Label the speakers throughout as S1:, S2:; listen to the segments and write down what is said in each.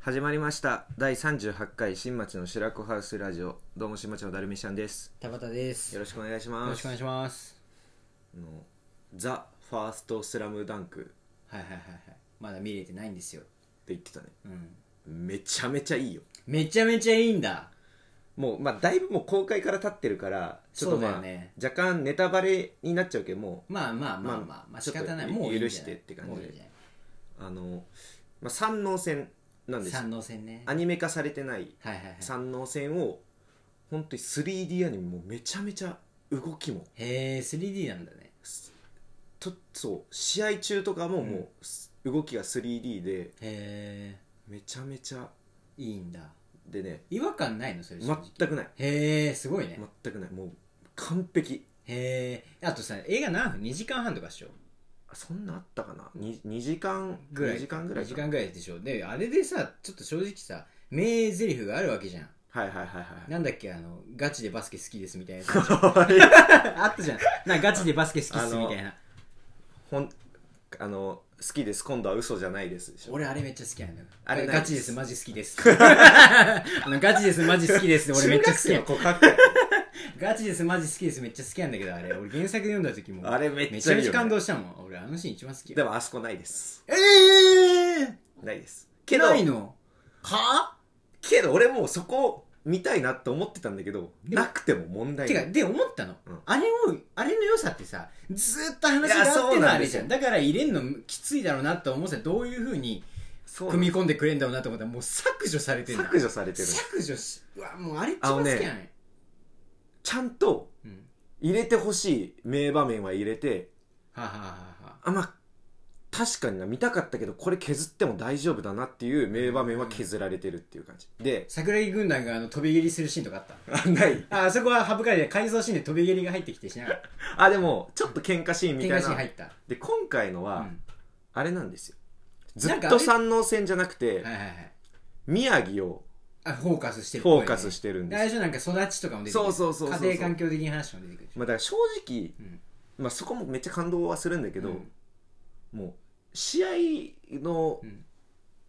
S1: 始まりました第38回新町の白子ハウスラジオどうも新町のダルミシャンです
S2: 田畑です
S1: よ
S2: よ
S1: ろしくお願いします
S2: ろしくお願いします
S1: あのザ・ファースト・スラムダンクって
S2: はいはいはいはいまだ見れてないんですよ、
S1: 言ってたね
S2: うん、
S1: めちゃめちゃいいよ
S2: めちゃめちゃいいんだ
S1: もうまあだいぶもう公開から経ってるからちょっと
S2: そうだ
S1: ま
S2: よ
S1: あ、
S2: ね
S1: 若干ネタバレになっちゃうけども
S2: まあまあまあまあ、
S1: ま
S2: ま
S1: あ
S2: あ、仕方ない
S1: ちょっと
S2: もういいんじゃ
S1: 許し
S2: な
S1: て
S2: い
S1: って感じで
S2: もういいんじゃないう
S1: あの、まあ、三能戦なんです
S2: 三能戦ね
S1: ア
S2: はい
S1: ニメ化されてない
S2: はいはい
S1: 三能戦を本当に 3D アニメもうめちゃめちゃ動きも
S2: へえ 3D なんだね
S1: とそう試合中とかも
S2: ん
S1: もうす、動きが 3D で
S2: へ
S1: めちゃめちゃ
S2: えいいんだ
S1: でね
S2: 違和感ないのそれ正
S1: 全
S2: 直
S1: くない
S2: へえすごいね、
S1: 全くないもう完璧
S2: へえあとさ映画何分2時間半とかっしょ
S1: あそんなあったかな 2, 二時間
S2: ぐらい
S1: 二時間ぐらい
S2: 二
S1: か
S2: 時
S1: な
S2: 間ぐらいでしょであれでさちょっと正直さ名台詞があるわけじゃん
S1: はいはいはいはい
S2: なんだっけあのガチでバスケ好きですみたいなやつ
S1: あれ
S2: あったじゃんなんかガチでバスケ好きっすみたいな
S1: ほんあの好きです今度は嘘じゃないですでしょ
S2: 俺あれめっちゃ好きなんだよ
S1: あれ何
S2: ガチですマジ好きです あのガチですマジ好きです俺めっちゃ好き
S1: 中
S2: や
S1: 学生の告白会
S2: ガチですマジ好きですめっちゃ好きなんだけどあれ俺原作で読んだ時 も
S1: あれめっ
S2: め
S1: ち
S2: ち
S1: ゃ
S2: ゃ
S1: いい
S2: め
S1: よ、
S2: ち
S1: ね、
S2: ゃ感動したもん俺あのシーン一番好き
S1: でもあそこないです
S2: ええ
S1: ないです
S2: ー、
S1: けど
S2: ないのは
S1: けど俺もうそこ見たいなって思ってたんだけど
S2: でも
S1: なくても問題
S2: て
S1: ない
S2: かで思ったの、
S1: うん
S2: あれをあれの良さってさずーっと話
S1: いや
S2: があっ
S1: そう
S2: ての
S1: な
S2: あ
S1: んで
S2: れ
S1: す
S2: じ
S1: よ
S2: ゃんだから入れんのきついだろうなと思ってたどういうふうに
S1: そう
S2: 組み込んでくれんだろうなと思ったらもう削除されてる
S1: 削除されてる
S2: 削除しうわもうあれ一番好き
S1: あ
S2: や
S1: の
S2: ね
S1: ちゃんと
S2: うん
S1: 入れてほしい名場面は入れて
S2: はあはあはあはあ
S1: あまあ確かにな見たかったけどこれ削っても大丈夫だなっていう名場面は削られてるっていう感じ で
S2: 桜木軍団があの飛び蹴りするシーンとかあった
S1: あない
S2: ああそこは省かれて改造シーンで飛び蹴りが入ってきてしながら
S1: あでもちょっと喧嘩シーンみ
S2: 喧
S1: た
S2: 嘩
S1: い
S2: シーン入
S1: な
S2: った、
S1: で今回の
S2: うん、
S1: はあれなんですよず
S2: なん
S1: っ
S2: かあ
S1: と
S2: れ
S1: 山王戦じゃなくて
S2: はいはいはい
S1: 宮城を
S2: あフォーカスしてる
S1: フォーカスしてるん
S2: る
S1: です
S2: 大丈夫なんか育ちとかも出てくる
S1: そうそうそうそう
S2: 家庭環境的な話も出てくる
S1: まあだから正直
S2: うん
S1: まあそこもめっちゃ感動はするんだけ
S2: け
S1: どもう試合の
S2: うん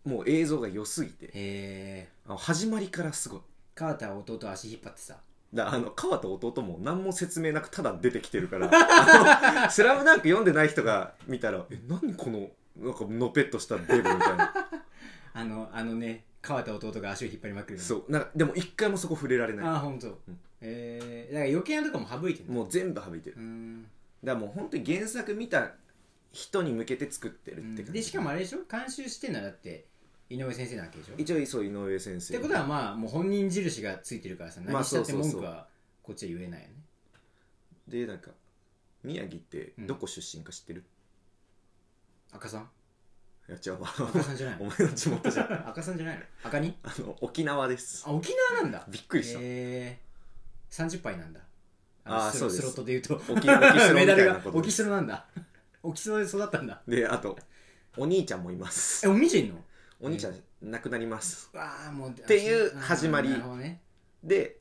S1: もう映像が良すぎて
S2: へえ
S1: あの始まりからすごい
S2: 川田は弟を足引っ張ってさ
S1: だあの川と弟も何も説明なくただ出てきてるから「あ のスラムダンク読んでない人が見たら「え何このなんかのぺっとしたデブ」みたいな
S2: あのあのね川田弟が足を引っ張りまくるう
S1: そうなんかでも一回もそこ触れられ
S2: あ
S1: な
S2: あ本当。
S1: ん
S2: えー、だから余計なとこも省いて
S1: い
S2: る
S1: もう全部省いてる
S2: うーん
S1: だからもう本当に原作見た人に向けて作ってるって感じ、
S2: でしかもあれでしょ監修してんのはだって井上先生なわけでしょっ
S1: 一応そう井上先生
S2: てことはまあもう本人印がついてるからさ
S1: まあ
S2: 何したって
S1: そうそう
S2: 文
S1: そう
S2: 句はこっちは言えないよね
S1: でなんか宮城ってどこ出身か知ってる、
S2: 赤さん
S1: いや違うわ
S2: 赤さんじゃない
S1: お
S2: の
S1: 前の地元じゃん
S2: 赤さんじゃないの赤に
S1: あの沖縄です
S2: あ沖縄なんだ
S1: びっくりした、
S2: えー、30杯なんだ
S1: あー
S2: のスロ
S1: そうです
S2: スロットで言うと
S1: 沖縄沖スロみた
S2: メ
S1: いな
S2: ダルが
S1: ことです
S2: 沖スロなんだ沖スロで育ったんだ
S1: であとお兄ちゃんもいます
S2: えおみじんの
S1: お兄ちゃん亡くなります、
S2: わあもうって
S1: いう始まり
S2: なるほどね
S1: で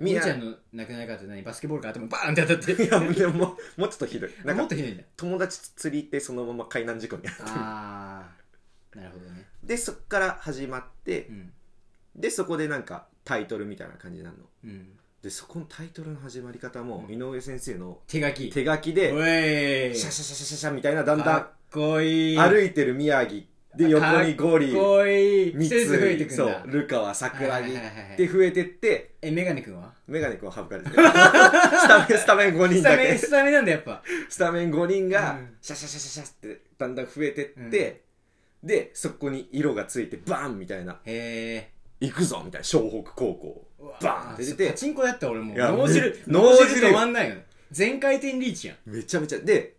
S2: おみ
S1: 宮
S2: ちゃんの亡くなり方って何バスケボールか頭バーンって当たって
S1: いやでももうもうちょっとひどい な
S2: あ
S1: ん
S2: もっ
S1: か
S2: とひどいんだ
S1: 友達釣り行ってそのまま海難事故に遭って
S2: ああなるほどね
S1: でそっから始まって
S2: うん
S1: でそこでなんかタイトルみたいな感じになるの
S2: うん
S1: でそこのタイトルの始まり方も
S2: うん
S1: 井上先生の
S2: 手書き
S1: 手書き
S2: お
S1: で
S2: い
S1: シャシャシャシャシャシャみたいなだんだ
S2: かっこいい
S1: ん歩いてる宮城で横にゴリ
S2: かっこいい
S1: 三
S2: 一人ずつ増えて
S1: 井
S2: くんだ
S1: そうルカワ桜木
S2: はい
S1: っ
S2: はいはいはい
S1: て増えてって
S2: えメガネくんは
S1: メガネ君は省かれてる スタメンスタメン5人
S2: ス
S1: だ
S2: タ
S1: け
S2: メンスタメンなんだやっぱ
S1: スタメン5人が
S2: うん
S1: シャシャシャシャシャってだんだん増えてって、でそこに色がついてバンみたいな
S2: へえ
S1: 「行くぞ!」みたいな湘北高校バンって出て
S2: パチンコやった俺もう
S1: いや
S2: 脳汁
S1: め脳
S2: 脳
S1: 汁
S2: 汁止まんないよね全回転リーチやん
S1: めちゃめちゃで、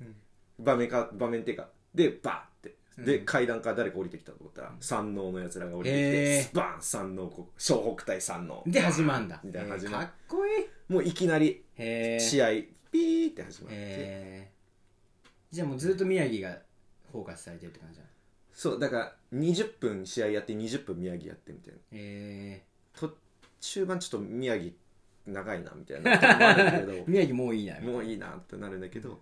S1: 場面か場面っていうかでバンって。で、
S2: うん
S1: 階段から誰か降りてきたと思ったら山王のやつらが降りてき
S2: へ
S1: て
S2: ー
S1: スバン山王こ湘北対山王
S2: で始まんだ
S1: みたいな
S2: えー
S1: 始ま
S2: か
S1: る
S2: っこいい
S1: もういきなり
S2: へえ
S1: 試合ピーって始まって、
S2: えー、じゃあもうずっと宮城がフォーカスされてるって感じだ
S1: そうだから20分試合やって20分宮城やってみたいな
S2: え
S1: 途中盤ちょっと宮城長いなみたいな時もあ るんだけ
S2: ー、宮城もういいな
S1: どもういいなってなるんだけど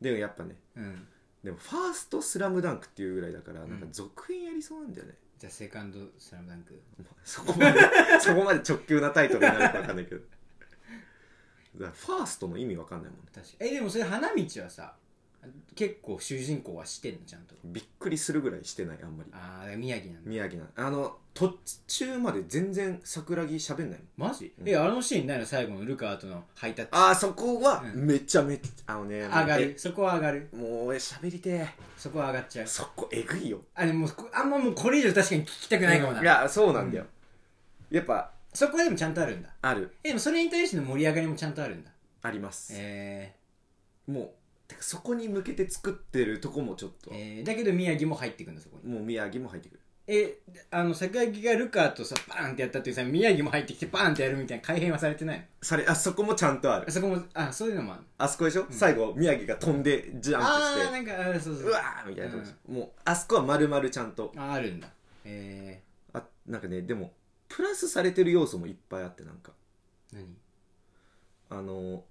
S1: でもやっぱね
S2: うん
S1: でも「ファーストスラムダンクっていうぐらいだからなんか
S2: うん
S1: 続編やりそうなんだよね、
S2: じゃあセカンド「スラムダンク
S1: まあそこまでそこまで直球なタイトルになるか分かんないけどだからファーストの意味分かんないもんね
S2: 確かえでもそれ花道はさ結構主人公はしてんのちゃんと
S1: びっくりするぐらいしてないあんまり
S2: ああ宮城なんだ
S1: 宮城なあの途中まで全然桜木喋んないもん
S2: マジ、
S1: うん
S2: えあのシーンないの最後のルカーとのハイタッチ
S1: ああそこは
S2: うん
S1: めちゃめちゃ、あのね
S2: 上がるそこは上がる
S1: えもう俺喋りて
S2: そこは上がっちゃ
S1: え
S2: う
S1: そこえぐいよ
S2: あでもこあんまもうこれ以上確かに聞きたくないかもな、
S1: いやそうなんだよ、やっぱ
S2: そこはでもちゃんとあるんだ
S1: ある
S2: えでもそれに対しての盛り上がりもちゃんとあるんだ
S1: あります、
S2: え
S1: もうてかそこに向けて作ってるとこもちょっと
S2: ー、、えーだけど宮城も入ってくんだそこに
S1: もう宮城も入ってくる
S2: えあの桜木がルカーとさバーンってやったっていうさ宮城も入ってきてバーンってやるみたいな改変はされてない
S1: されあそこもちゃんとある
S2: のそこもあそういうのもある
S1: あそこでしょ、最後宮城が飛んでジャンプ
S2: ああ
S1: して
S2: なんかあーそうそう
S1: うわーみたいなとこでしょ、もうあそこは丸々ちゃんと
S2: ああるんだえ
S1: あなんかねでもプラスされてる要素もいっぱいあってなんか
S2: ー、何
S1: あの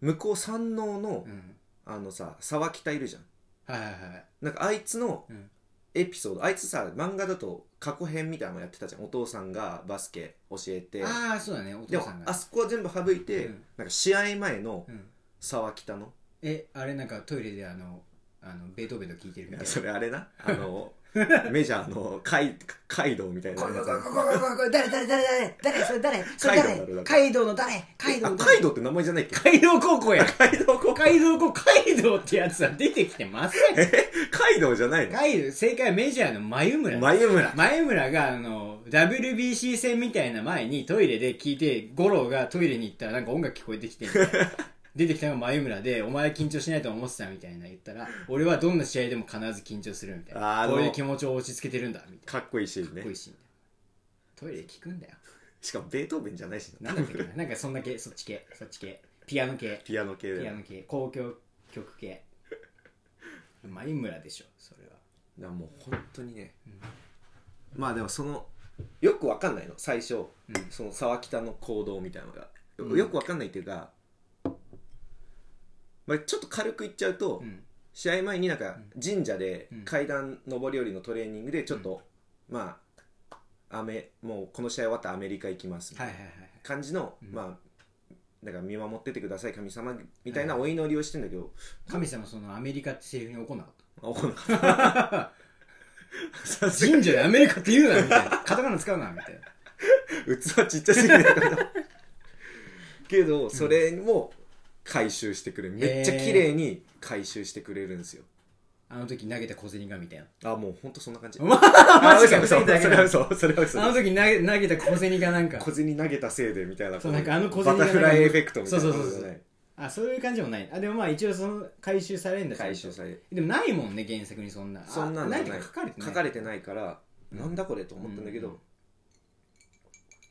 S1: 向こう山王の、
S2: うん
S1: あのさ沢北いるじゃん
S2: はいはいはい
S1: なんかあいつの
S2: うん
S1: エピソード、あいつさ漫画だと過去編みたいなのやってたじゃんお父さんがバスケ教えて
S2: ああそうだねお
S1: で
S2: 父
S1: も
S2: さんが
S1: あそこは全部省いて、
S2: うん
S1: なんか試合前の
S2: うん、
S1: 沢北の、
S2: えあれなんかトイレであのあのベートーベンと聞いてるみたいな
S1: それあれなあ のメジャーのカイカイドウみたいな
S2: これこ
S1: や
S2: れ
S1: つ
S2: これこれこれこれ誰誰誰誰誰それ誰それ
S1: カイドウだろだ
S2: 誰
S1: って
S2: カイドウの誰カイドウ
S1: あ
S2: の
S1: カ
S2: 誰
S1: イドウって名前じゃないっけ
S2: カイドウ高校や
S1: カイドウこ
S2: カイドウ高校カイドウってやつは出てきてません
S1: カイドウじゃないの
S2: カイドウ正解はメジャーの眉村です
S1: 眉村
S2: 前村があの WBC 戦みたいな前にトイレで聞いて五郎がトイレに行ったらなんか音楽聞こえて きてみたいな出てきたのが前村で「お前は緊張しないと思ってた」みたいな言ったら「俺はどんな試合でも必ず緊張する」みたい
S1: あー
S2: な
S1: で
S2: 「こ
S1: も
S2: ういう気持ちを落ち着けてるんだ」みたいな
S1: かっこいいシーン
S2: か
S1: ね
S2: っこいいシーンだよトイレで聞くんだよ
S1: しかもベートーベンじゃないし
S2: なんだっけ かななんかそんだけそっち系そっち系ピアノ系
S1: ピアノ系
S2: ピ
S1: だ
S2: ア
S1: よ
S2: ノ系交響曲系前村でしょそれは
S1: だからもう本当にね、まあでもそのよくわかんないの最初、
S2: うん
S1: その沢北の行動みたいなのがよ,、
S2: うん
S1: くわかんないっていうか、まあ、ちょっと軽く言っちゃうと、
S2: うん
S1: 試合前になんか神社で
S2: うん
S1: 階段上り下りのトレーニングでちょっと、まあアメもうこの試合終わったらアメリカ行きますみた
S2: はいい
S1: な
S2: はいはいはい
S1: 感じの、
S2: うん
S1: まあなんか見守っててください神様みたいなお祈りをしてんだけど、
S2: 神様そのアメリカってセリフに怒んなかった
S1: あ怒んなかったさすが
S2: 神社でアメリカって言うなみたいなカタカナ使うなみたいな
S1: 器ちっちゃすぎるから けどそれも回収してくれるめっちゃ綺麗に回収してくれるんですよ、
S2: あの時投げた小銭がみたい な
S1: あもうほんとそんな感じ
S2: まあ
S1: あ
S2: マジか
S1: 嘘嘘
S2: 嘘だけ
S1: それ
S2: ど
S1: は嘘それは嘘
S2: あの時投げ投げた小銭がなんか
S1: 小銭投げたせいでみたいな
S2: そうなんかあの小銭が
S1: バタフライエフェクトみたいな
S2: そうそう
S1: こ
S2: そうそう
S1: とじゃない
S2: あそういう感じもないあでもまあ一応その回収されるんだ
S1: 回収され
S2: でもないもんね原作にそんなあ
S1: そんなのが
S2: ないとか書かれてない
S1: 書かれてないから、
S2: うん
S1: なんだこれと思ったんだけど、
S2: うん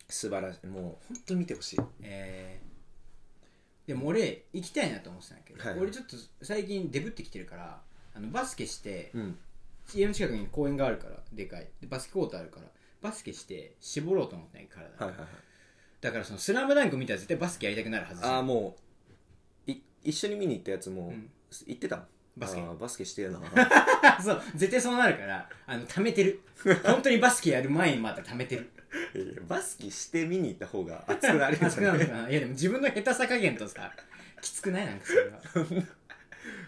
S1: 素晴らしいもう本当見てほしい
S2: えーでも俺行きたいなと思ってたんだけど、
S1: はい
S2: 俺ちょっと最近デブってきてるからあのバスケして
S1: うん
S2: 家の近くに公園があるからでかいでバスケコートあるからバスケして絞ろうと思ってない体、
S1: はいはいはい
S2: だからその「スラムダンク見たら絶対バスケやりたくなるはずじゃん
S1: ああもうい一緒に見に行ったやつも、
S2: うん
S1: 行ってたの
S2: バスケ
S1: あーバスケしてるな
S2: そう絶対そうなるからあの貯め てる本当にバスケやる前にまた貯めてる
S1: いやいやバスケして見に行った方が熱くなれるん
S2: 熱
S1: じ
S2: く
S1: ゃな
S2: なるの
S1: い
S2: かないやでも自分の下手さ加減とさきつくないなんかそれ は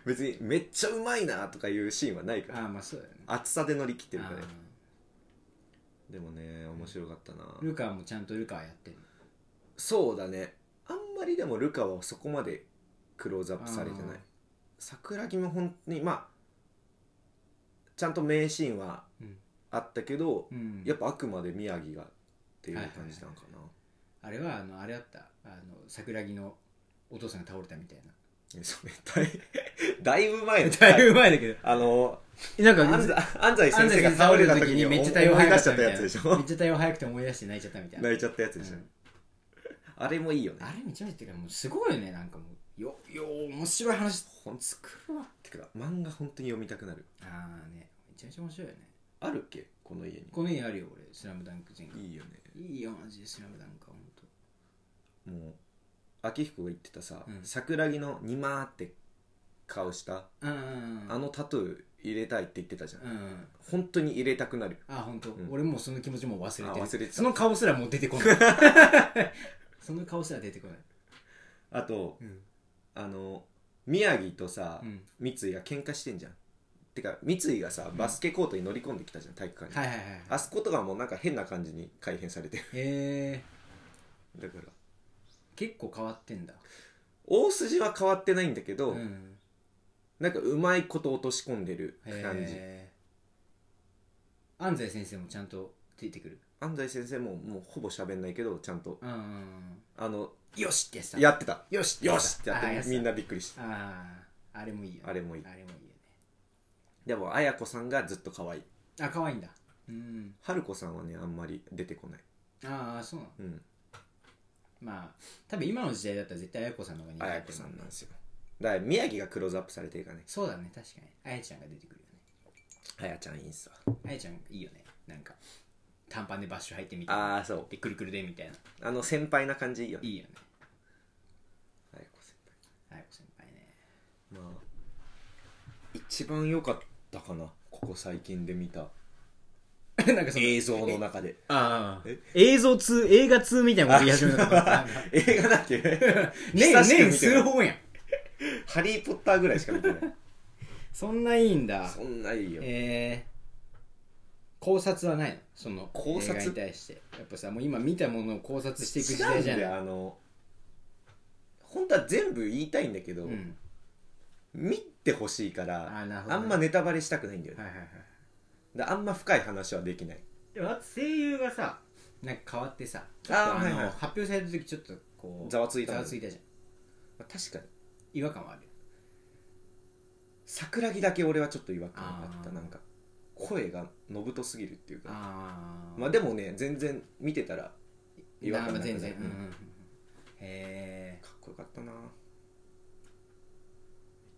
S1: 別にめっちゃうまいなとかいうシーンはないから
S2: ああまあそうだよね
S1: 熱さで乗り切ってるからね
S2: あ
S1: でもね面白かったな
S2: ールカもちゃんとルカはやってる
S1: そうだねあんまりでもルカはそこまでクローズアップされてない
S2: あー
S1: 桜木も本当にまあちゃんと名シーンは
S2: うん
S1: あったけど、
S2: うん
S1: やっぱあくまで宮城がっていう感じなのかな、
S2: あれはあのあれだったあの桜木のお父さんが倒れたみたいな
S1: えそれだい だいぶ前の
S2: だいぶ前だけど
S1: あの
S2: なんか
S1: 安西安西
S2: 安
S1: 先生
S2: 西
S1: が
S2: が
S1: 倒
S2: 倒れ
S1: れ
S2: た
S1: た
S2: 時
S1: 時
S2: に
S1: に
S2: めっちゃ
S1: 思
S2: 対
S1: い
S2: 応早
S1: 出
S2: かっ
S1: しち
S2: た
S1: ゃ
S2: み
S1: った
S2: たい
S1: や
S2: な
S1: つでし
S2: め
S1: ょ
S2: っちゃ対応早くて思い出して泣いちゃったみたい な
S1: 泣いちゃったやつでしょ、
S2: うん
S1: あれもいいよね
S2: あれめちゃめちゃっていうかもうすごいよねなんかもうよよ面白い話
S1: ほん作るわってか漫画本当に読みたくなる
S2: ああねめちゃめちゃ面白いよね
S1: あるっけこの家に
S2: この家あるよ俺「スラムダンク全巻
S1: いいよね
S2: いいよマジで「スラムダンクは本当
S1: もう明彦が言ってたさ、
S2: うん
S1: 桜木の「にまー」って顔した、
S2: うんうんうん
S1: あのタトゥー入れたいって言ってたじゃん
S2: うん
S1: 本当に入れたくなる
S2: あ本当、
S1: ん
S2: 俺もうその気持ちもう忘れてる
S1: あ忘れてた
S2: その顔すらもう出てこない その顔すら出てこない
S1: あと
S2: うん、
S1: あの宮城とさ、
S2: うん
S1: 三井が喧嘩してんじゃんてか三井がさバスケコートに乗り込んできたじゃん体育館に、
S2: はいはいはい
S1: あそことかもうなんか変な感じに改変されてる
S2: へえ
S1: だから
S2: 結構変わってんだ
S1: 大筋は変わってないんだけど、
S2: ん
S1: なんかうまいこと落とし込んでる感じ
S2: へー安西先生もちゃんと出てくる
S1: 安西先生ももうほぼ喋んないけどちゃんと
S2: うんうんうん
S1: あの
S2: よしってさ
S1: やってた
S2: よし
S1: よしってや
S2: あー
S1: っ
S2: や
S1: てみん
S2: な
S1: なびっくりした
S2: あああれもいいよね
S1: あれもいい
S2: あれもいいよね
S1: でも綾子さんがずっと可愛い
S2: あ可愛いんだうん
S1: 春子さんはねあんまり出てこない
S2: ああそうなの
S1: うん
S2: まあ多分今の時代だったら絶対綾子さんの方が人気だ
S1: 綾
S2: と
S1: 子
S2: 思う
S1: さんなんですよだから宮城がクローズアップされてるからね
S2: そうだね確かにあやちゃんが出てくるよね
S1: 綾ちゃんいいんすわ
S2: あやちゃんいいよねなんか短パンでバッシュ入ってみたいな
S1: ああそう
S2: でくるくるでみたいな
S1: あの先輩な感じいいよね
S2: いいよね
S1: 綾子先
S2: あや子先輩ね
S1: 輩まあ一番良かったかなここ最近で見た
S2: なんかその
S1: 映像の中で
S2: ああ
S1: え
S2: 映像通映画通みたいなこと言い始めたのか
S1: 映画だ っけ久しく
S2: 年
S1: 見てない
S2: 年数本やん
S1: ハリー・ポッターぐらいしか見 てない
S2: そんないいんだ
S1: そんないいよ
S2: えー、考察はないのその
S1: 考察
S2: 映画に対してやっぱさもう今見たものを考察していく時
S1: 違う
S2: 代
S1: ん
S2: じゃ
S1: だ
S2: ない
S1: よあの本当は全部言いたいんだけど、
S2: うん
S1: 見てほしいから
S2: あなるほど
S1: あ
S2: ね
S1: んまネタバレしたくないんだよね
S2: はいはいはい
S1: だあんま深い話はできない
S2: でもあと声優がさなんか変わってさちょっと
S1: あー
S2: あの、
S1: はいはい
S2: 発表された時ちょっとこう
S1: ざわついた
S2: ざ
S1: の
S2: わついたじゃん
S1: まあ確かに
S2: 違和感はあるよ
S1: 桜木だけ俺はちょっと違和感があった
S2: あー
S1: なんか声がのぶとすぎるっていうか
S2: あ
S1: まあでもね全然見てたら違和感なくない
S2: 全然、
S1: う
S2: うんんうんうんうん、へえ
S1: かっこよかったなめっ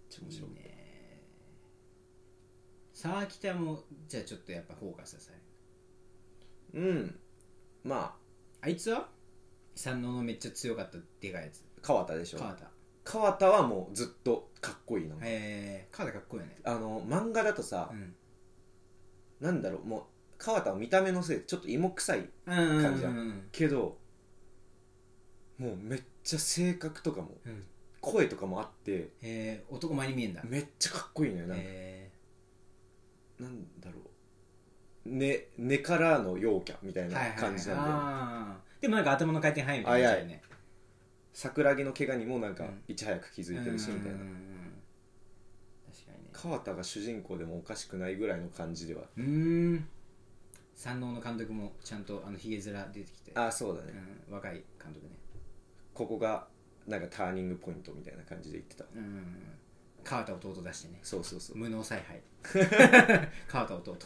S1: ちゃ面
S2: いい
S1: 白い
S2: ね沢北もじゃあちょっとやっぱフォーカスされる
S1: うんま
S2: あいつは三能のめっちゃ強かったでかいやつ
S1: あ川田でしょ
S2: 川田
S1: 川田はもうずっとかっこいいの、
S2: えー、川田かっこいいよね
S1: あの漫画だとさ、
S2: うん
S1: なんだろうもう川田は見た目のせいでちょっと芋臭い感じだ
S2: うんうん
S1: けどもうめっちゃ性格とかも
S2: うんうん
S1: 声とかもあって
S2: えー、男前に見えんだ
S1: めっちゃかっこいいのよなんか、
S2: え
S1: なんだろうね根からの陽キャみたい
S2: ー
S1: な
S2: はいはいはい
S1: 感じなんで、
S2: あーでもなんか頭の回転早いみたいな感じだよね
S1: 桜木の怪我にもなんか
S2: うん
S1: いち早く気づいてるしみたいな、
S2: うんうんうんうん確かにね
S1: 川田が主人公でもおかしくないぐらいの感じでは
S2: うーん三能の監督もちゃんとあのひげ面出てきて
S1: ああそうだね、
S2: うん、若い監督ね
S1: ここがなんかターニングポイントみたいな感じで言ってた
S2: うん川田弟出してね
S1: そうそうそう
S2: 無能 采配川田弟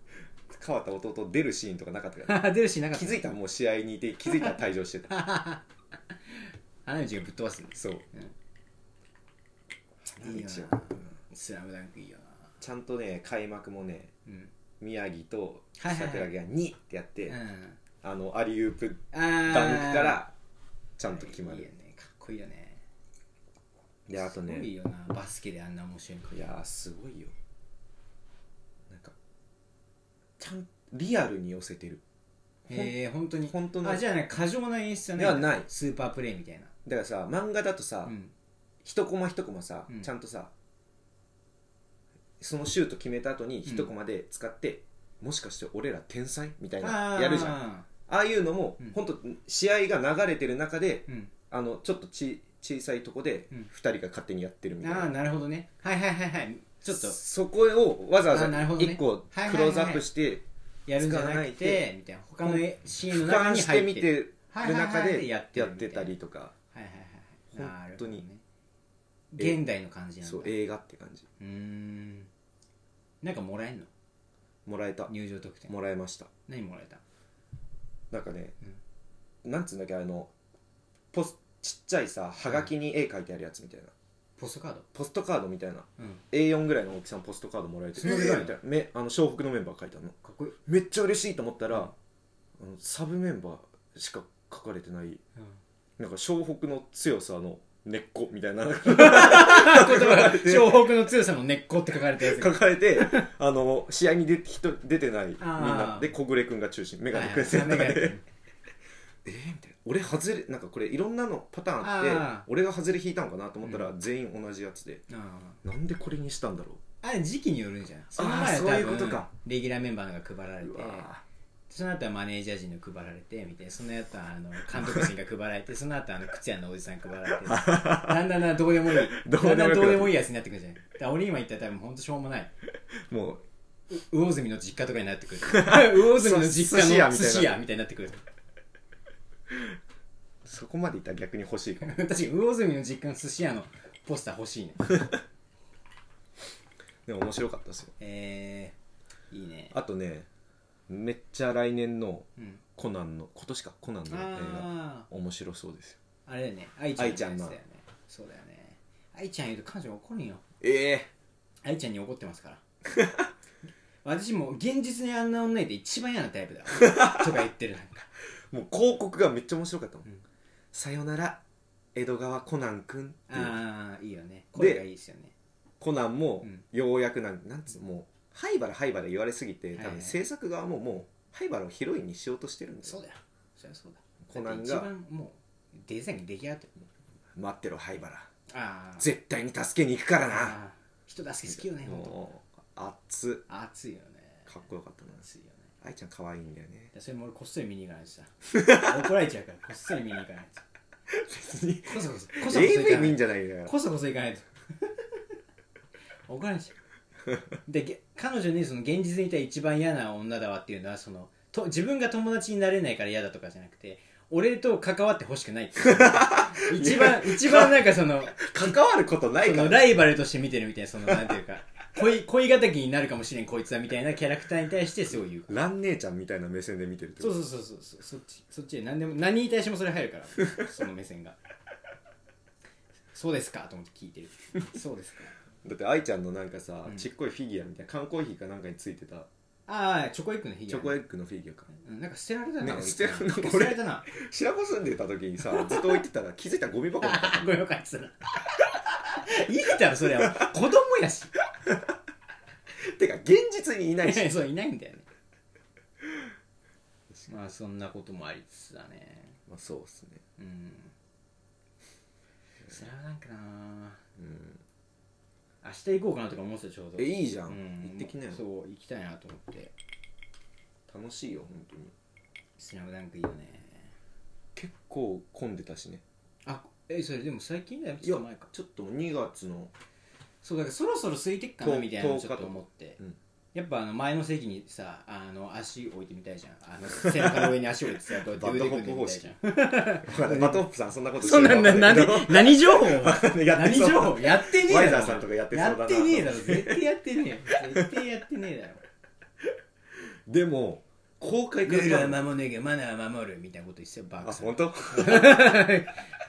S1: 川田弟出るシーンとかなかったから
S2: 出るしなかっ
S1: 気
S2: た
S1: づいたらもう試合にいて気づいたら退場してた
S2: 花道がぶっ飛ばすんです
S1: そう、花道をうん
S2: うんいいよなスラムダンクいいよな
S1: ちゃんとね開幕もね
S2: うん、
S1: 宮城と
S2: はいはいはい
S1: 桜木が2ってやって、
S2: うん、
S1: あのアリウープ
S2: あー
S1: ダンクからちゃんと決まる、
S2: いいよねかっこいいよね
S1: であとね
S2: すごいよなバスケであんな面白いの
S1: いやーすごいよなんかちゃんリアルに寄せてる
S2: へえ本当に
S1: 本当の
S2: あじゃあね過剰な演出はね
S1: ではない
S2: スーパープレイみたいな
S1: だからさ漫画だとさ、
S2: うん
S1: 一コマ一コマさ、
S2: うん
S1: ちゃんとさそのシュート決めた後に一コマで使って、もしかして俺ら天才みたいなやるじゃんあ
S2: ん
S1: あいうのも、
S2: うん
S1: ほんと試合が流れてる中で
S2: うん
S1: あのちょっとち小さいとこで
S2: うん
S1: 2人が勝手にやってるみたいな、
S2: ああなるほどねはいはいはいはいちょっと
S1: そこをわざわざ
S2: あなるほどね
S1: 1個
S2: はいはいはいはい
S1: クローズアップして
S2: やるんじゃなく
S1: 使わな
S2: てみたいな他のえシーンの
S1: 俯
S2: 中
S1: 瞰
S2: に
S1: して
S2: 入
S1: み
S2: って
S1: てる中でやってたりとか
S2: はいはいはいはい
S1: 本当に
S2: なるほどね現代の感じなんだ
S1: そう映画って感じ
S2: うーんなんかもらえんの
S1: もらえた
S2: 入場特典
S1: もらえました
S2: 何もらえた
S1: なんかね、なんつうんだっけあのポスちっちゃいさはがきに絵描いてあるやつみたいな、
S2: ポストカード
S1: ポストカードみたいな
S2: うん
S1: A4 ぐらいの大きさのポストカードもらえて
S2: そんなでかいの
S1: みたいなめあの湘北のメンバー書いてあるの
S2: かっこいい、
S1: めっちゃ嬉しいと思ったら、あのサブメンバーしか書かれてない
S2: うん
S1: なんか湘北の強さの根っこみたいな
S2: 言葉が湘北の強さの根っこって書かれたやつが
S1: 抱えてあの試合に出人出てないみんな
S2: あー
S1: で小暮君が中心メガネ
S2: はい
S1: くん
S2: はい
S1: 先
S2: メガネ
S1: でえーみたいな俺外れなんかこれいろんなのパターンあっ
S2: あ
S1: て俺が外れ引いたのかなと思ったら
S2: う
S1: 全員同じやつで
S2: あ
S1: なんでこれにしたんだろ
S2: ああれ時期によるんじゃないその
S1: あー
S2: 前は多
S1: そう
S2: 分
S1: いうことか
S2: レギュラーメンバーのが配ら
S1: う
S2: れて
S1: うわ
S2: その後はマネージャー陣の配られてみたいなその後はあの監督陣が配られてその後はあの靴屋のおじさん配られ てだんだんだんどうでもいい
S1: どうでもよくな
S2: だんだ
S1: る
S2: んどうでもいいやつになってくるじゃないだから俺今言ったら多分ほんとしょうもない
S1: ーもう
S2: 魚住の実家とかになってくる 魚住の実
S1: 寿司
S2: 家
S1: 屋
S2: の
S1: みた
S2: 寿
S1: いな
S2: 司屋みたいになってくる
S1: そこまでいったら逆に欲し いかも
S2: 確かに魚住の実家の寿司屋のポスター欲しいね
S1: でも面白かったですよ
S2: えー、いいね
S1: あとねめっちゃ来年の
S2: うん
S1: コナンの今年かコナンの映画
S2: あ
S1: 面白そうですよ
S2: ーあれだよね愛
S1: 愛
S2: ち
S1: ち
S2: ゃ
S1: ゃ
S2: ん
S1: ん
S2: の
S1: の
S2: やつだよねそうだよね愛ちゃん言うと彼女怒るんよ
S1: ええ
S2: 愛ちゃんに怒ってま すから私もう現実にあんな女いて一番嫌なタイプだわ とか言ってるなんか
S1: もう広告がめっちゃ面白かったもん、
S2: うん
S1: さよなら江戸川コナンくんっていう
S2: ああいいよね声がいいですよね
S1: コナンも
S2: うん
S1: ようやくなんなんつうのもう灰原灰原言われすぎて
S2: はい
S1: 多分制作側ももう灰原をヒロインにしようとしてるんです
S2: そう
S1: よ
S2: だよそりゃそうだ
S1: コナン
S2: だっ
S1: が
S2: て一番もうデザイン出来上がってる
S1: 待ってろ灰原
S2: あー
S1: 絶対に助けに行くからな
S2: あー人助け好きよね本当
S1: もう熱
S2: 熱いよね
S1: っかっこよかったな
S2: 熱いよね
S1: 愛ちゃん可愛いんだよね
S2: それも俺こっそり見に行かない とさ怒られちゃうからこっそり見に行かないと
S1: 別 に
S2: こそこそこそこそ行か
S1: AV
S2: な
S1: 見
S2: い
S1: んじゃないよ
S2: こそこそ行かないと 怒られちゃうでげ彼女にその現実にいた一番嫌な女だわっていうのはそのと自分が友達になれないから嫌だとかじゃなくて俺と関わってほしくないっていう 一番一番なんかその
S1: 関わることない
S2: そ
S1: か
S2: の
S1: ら
S2: ライバルとして見てるみたいなそのなんていうか恋恋敵になるかもしれんこいつはみたいなキャラクターに対してすごい言う
S1: 蘭姉ちゃんみたいな目線で見てるってこ
S2: そう
S1: と
S2: そうそうそうそうそっちそっちで何でも何に対してもそれ入るからその目線が そうですかと思って聞いてるそうですか
S1: だって愛ちゃんのなんかさ
S2: うん
S1: ちっこいフィギュアみたいな缶コーヒーかなんかについてた
S2: ああチョコエッグのヒゲ
S1: チョコエッグのフィギュアか
S2: うんなんか捨てられたな、
S1: ね
S2: 俺
S1: 捨てられた
S2: 捨てられたな
S1: 白子住んでた時にさずっと置いてたら気づいたらゴミ箱だった
S2: あごめんよかったないいだろそれは子供やし
S1: てか現実にいないし
S2: そういないんだよねまあそんなこともありつつだね
S1: まあそうっすね
S2: うん捨てられたんかな
S1: うん
S2: 明日行こうかなとか思ってたちょうど
S1: えいいじゃん、
S2: うん
S1: 行ってきなよ
S2: そう行きたいなと思って
S1: 楽しいよ本当に
S2: 「スラムダンクいいよね
S1: 結構混んでたしね
S2: あえそれでも最近だよちょっと前か
S1: ちょっと2月 の
S2: そうだからそろそろ空いてっかな
S1: と
S2: みたいなの
S1: と
S2: ちょっと思って、
S1: うん
S2: やっぱあの前の席にさあの足置いてみたいじゃんあの背中の上に足置いて さこうやって腕組んでみたいじゃん
S1: バトップさんそんなこと
S2: そんなんな何 何情報
S1: やっ
S2: 何
S1: てそう
S2: 情報やってねえだろ
S1: ワイザーさんとかやってそうだな
S2: やってねえだろ絶対やってねえよ絶対やってねえだろ
S1: でも公開
S2: ル
S1: から
S2: ールは守るけどマナーは守るみたいなこと言ってたよバー
S1: あ
S2: クさん
S1: 本当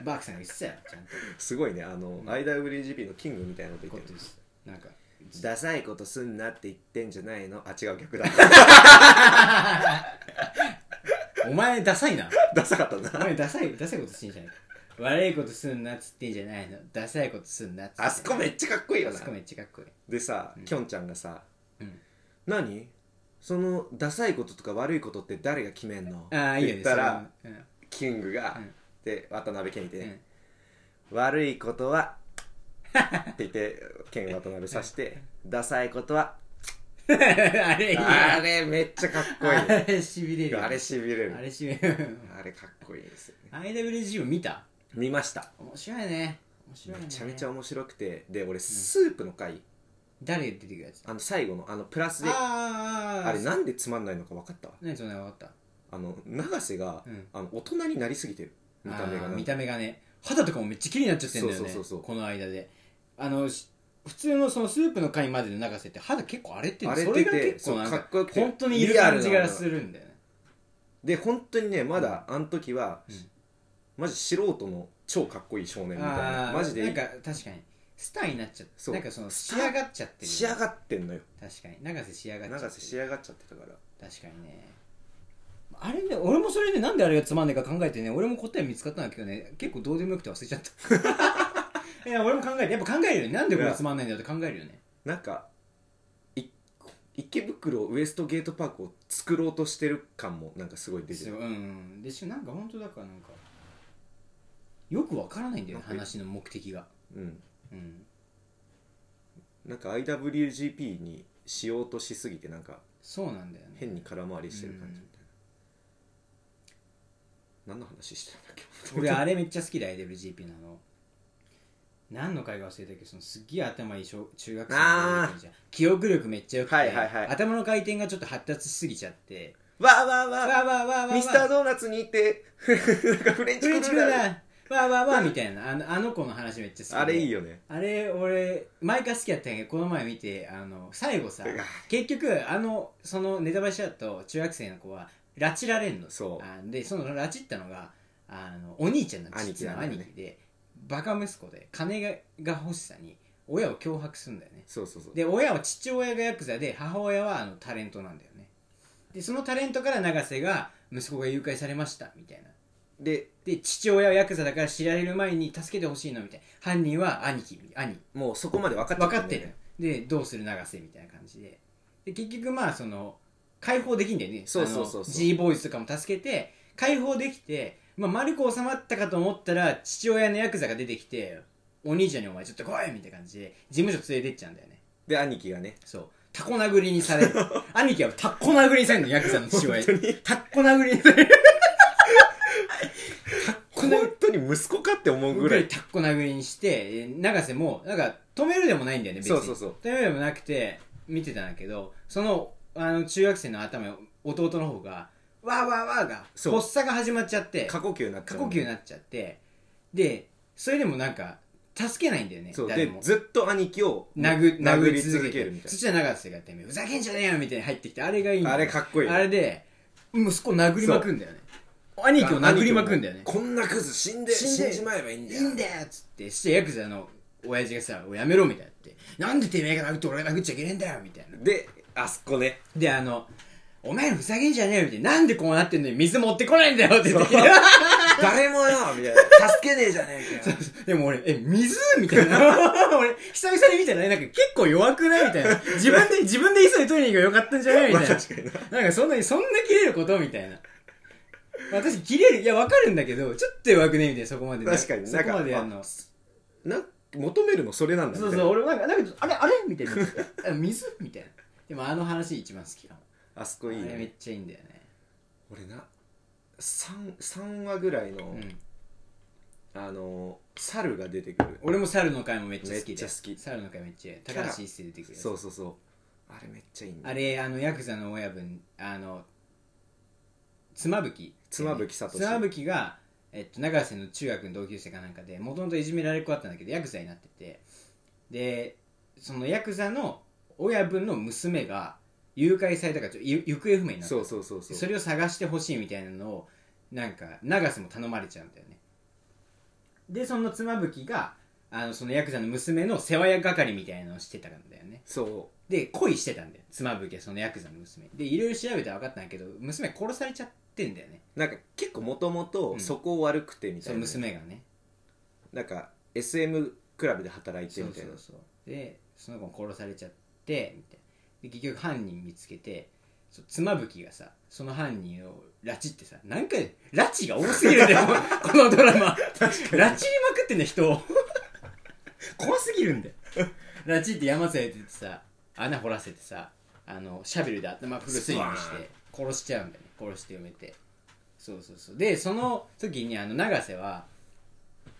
S2: バークさんが言ってたよちゃんと
S1: すごいねあの IWGP のキングみたいなこと言
S2: こ
S1: っ
S2: と
S1: て
S2: 言
S1: る
S2: ってたなんか
S1: ダサいことすんなって言ってんじゃないのあ違う 逆だ
S2: お前ダサいな
S1: ダサかった
S2: お
S1: な
S2: 前ダサいダサいことしてんじゃないか悪いことすんなっつってんじゃないのダサいことすんなっつって
S1: あそこめっちゃかっこいいよ
S2: あ
S1: な
S2: そこめっちゃかっこいい
S1: でさきょんちゃんがさ
S2: うん
S1: 「何そのダサいこととか悪いことって誰が決めんの?」っ
S2: ああい
S1: て
S2: いよ
S1: 言
S2: ね
S1: ったら
S2: それも
S1: キングが、
S2: うん
S1: で渡辺謙いて、
S2: うんうん
S1: 悪いことは」 って言って剣渡辺さして「ダサいことは
S2: あれい」いよ
S1: あれめっちゃかっこい
S2: あれしびれ
S1: い
S2: る
S1: あれしびれる
S2: あれしびれる
S1: あれかっこいいですよね
S2: IWG を見た
S1: 見ました
S2: 面白いね面白いね
S1: めちゃめちゃ面白くてで俺スープの回、
S2: 誰出てくるやつ
S1: あの最後のあのプラスであ
S2: ああ
S1: れなんでつまんないのか分かったわ
S2: 何そんなの分かった
S1: あの永瀬が、
S2: うん
S1: あの大人になりすぎてる見た目がな
S2: あー
S1: んか
S2: 見た目がね肌とかもめっちゃ綺麗になっちゃってんだよね
S1: そうそうそうそう
S2: この間であのし普通のそのスープの回までの長瀬って肌結構荒れてる
S1: 荒れ
S2: そ
S1: て
S2: れ
S1: て
S2: が結構なん
S1: そうかっこよくて
S2: 本当にいる感じがするんだよね
S1: で本当にねまだあの時は、
S2: うん
S1: マジ素人の超かっこいい少年みたい
S2: あ
S1: な
S2: あ
S1: マジで
S2: なんか確かにスターになっちゃって
S1: そう
S2: なんかその
S1: ス
S2: 仕
S1: ター
S2: 上がっちゃってる
S1: 仕上がってんのよ
S2: 確かに長瀬仕上がっちゃって
S1: 永瀬仕上がっちゃってたから
S2: 確かにねあれね俺もそれでなんであれがつまんねえか考えてね俺も答え見つかったんだけどね結構どうでもよくて忘れちゃっ たいや俺も考えてやっぱ考えるよねなんでこれつまんないんだよって考えるよね
S1: なんかい池袋ウエストゲートパークを作ろうとしてる感もなんかすごい出て
S2: そう
S1: る
S2: うんうんでしなんか本当だからなんかよくわからないんだよね
S1: なんか
S2: 話の目的が
S1: うん
S2: うん
S1: なんか IWGP にしようとしすぎてなんか
S2: そうなんだよね
S1: 変に空回りしてる感じみたいな、何の話してたんだっけ
S2: 俺あれめっちゃ好きだ IWGP なの何の回か忘れたけどそのすっげえ頭いい小中学生の子がいるじゃん記憶力めっちゃよくて、
S1: はいはいはい
S2: 頭の回転がちょっと発達しすぎちゃって
S1: わーわーわ
S2: わ
S1: ー
S2: ーわーわーわーわー
S1: ミスタードーナツに行って ふふなんかフレンチ
S2: フレン
S1: ク
S2: チ
S1: ル
S2: ク
S1: ー
S2: ル
S1: ラ
S2: ー
S1: ー
S2: だわーわーわーみたいなあのあの子の話めっちゃ好きで
S1: あれいいよね
S2: あれ俺前から好きやったんやけどこの前見てあの 最後さ
S1: うわ
S2: 結局あのそのネタバレしちゃうと中学生の子は拉致られんの
S1: そう
S2: あでその拉致ったのがあのお兄ちゃんの
S1: 兄貴
S2: 父の
S1: なんだ
S2: 兄
S1: よね
S2: 貴でバカ息子で金がが欲しさに親を脅迫するんだよね
S1: そうそうそう
S2: で親は父親がヤクザで母親はあのタレントなんだよねでそのタレントから永瀬が息子が誘拐されましたみたいな
S1: で
S2: で父親はヤクザだから知られる前に助けてほしいのみたいな犯人は兄貴兄
S1: もうそこまで分かって
S2: 分
S1: る
S2: かってるでどうする永瀬みたいな感じでで結局まあその解放できんだよね
S1: そうそうそうそう
S2: g ボーイズとかも助けて解放できて、まあ、丸く収まったかと思ったら父親のヤクザが出てきてお兄ちゃんにお前ちょっと来いみたいな感じで事務所連れてっちゃうんだよね
S1: で兄貴がね
S2: そうタコ殴り にされる兄貴はタコ殴りにされるのヤクザの父親タコ殴りにされるタコ
S1: 本
S2: 殴り
S1: 当に息子かって思うぐ
S2: ぐ
S1: ら
S2: ら
S1: い
S2: いタッコ殴りにしてえー永瀬もなんか止めるでもないんだよね別に
S1: そうそうそう
S2: 止めるでもなくて見てたんだけどそのあの中学生の頭弟の方が「わーわーわー」が
S1: そう
S2: 発作が始まっちゃって
S1: 過呼吸になっちゃ
S2: 過
S1: う
S2: 呼吸になっちゃってでそれでもなんか助けないんだよね
S1: そう
S2: 誰
S1: で
S2: も
S1: ずっと兄貴を
S2: 殴殴り
S1: り
S2: 続
S1: 続
S2: け
S1: け
S2: る
S1: る
S2: み
S1: み
S2: た
S1: た
S2: いないそしたら永瀬がてめえふざけんじゃねえよみたいに入ってきてあれがいいんだ
S1: な
S2: よ
S1: あれかっこいいよ
S2: あれで息子を殴りまくんだよね兄貴を殴りまくんだよね
S1: こんなクズ死んで
S2: 死んで
S1: 死んじまえばいいんだ
S2: い
S1: よ
S2: いんだよっつってしてヤクザの親父がさ「おいやめろ」みたいになって「なんでてめえが殴って俺が殴っちゃいけねえんだよ」みたいな
S1: であそこね
S2: であの「お前らふざけんじゃねえよ」みたいな「なんでこうなってんのに水持ってこないんだよ」って言ってきて
S1: 誰もよみたいな助けねえじゃねえかよ
S2: でも俺「え水?」みたいな 俺久々に見たらなんか結構弱くないみたいな自分で自分で急いで取りに行くがよかったんじゃないみたいな、
S1: まあ確かに
S2: なんかそんなにそんな切れることみたいな私切れるいやわかるんだけどちょっと弱くねみたいなそこまでね、
S1: 確かに
S2: そこまでやる
S1: な
S2: の
S1: んな求めるのそれなんだ
S2: そう
S1: み
S2: そ
S1: たい
S2: う
S1: な
S2: 俺もなんかなんかあれあれみたい なあ水みたいなでもあの話一番好きかも
S1: あそこいい
S2: あれめっ
S1: ね
S2: ちゃいいんだよね
S1: 俺な 3, 三話ぐらいの、
S2: うん
S1: あの猿が出てくる
S2: 俺も猿の会もめっちゃ好きで
S1: めっちゃ好き
S2: 猿の会めっちゃ
S1: キャ
S2: 高
S1: ラ
S2: 橋一生出てくるやつ
S1: そうそうそうあれめっちゃいいんだ
S2: あれあのヤクザの親分あの妻夫木
S1: 妻夫木聡
S2: 妻夫木が、えっと、永瀬の中学の同級生かなんかでもともといじめられっ子だったんだけどヤクザになっててでそのヤクザの親分の娘が誘拐されたからちょゆ行方不明になった
S1: そうそうそうそう
S2: それを探してほしいみたいなのをなんか永瀬も頼まれちゃうんだよねでその妻夫木があのそのヤクザの娘の世話係みたいなのをしてたんだよね
S1: そ
S2: で恋してたんだよ妻夫木はそのヤクザの娘にでいろいろ調べたら分かったんだけど娘殺されちゃってんだよね
S1: うなんか結構もともと
S2: うん
S1: そこ悪くてみた
S2: そ
S1: い
S2: の
S1: な、
S2: 娘がね
S1: なんか SM クラブで働いて
S2: そう
S1: みたい
S2: そ
S1: な
S2: うそうでその子も殺されちゃってみたいなで結局犯人見つけてそう妻夫木がさその犯人を拉致ってさ何回拉致が多すぎ るんだよこのドラマ拉致りまくってんだよ人を 怖すぎるんだよ拉致って山連れてってさ穴掘らせてさあのシャベルで頭フルスイングし
S1: スパー
S2: て殺しちゃうんだよね殺して埋めてそうそうそうでその時にあの永瀬は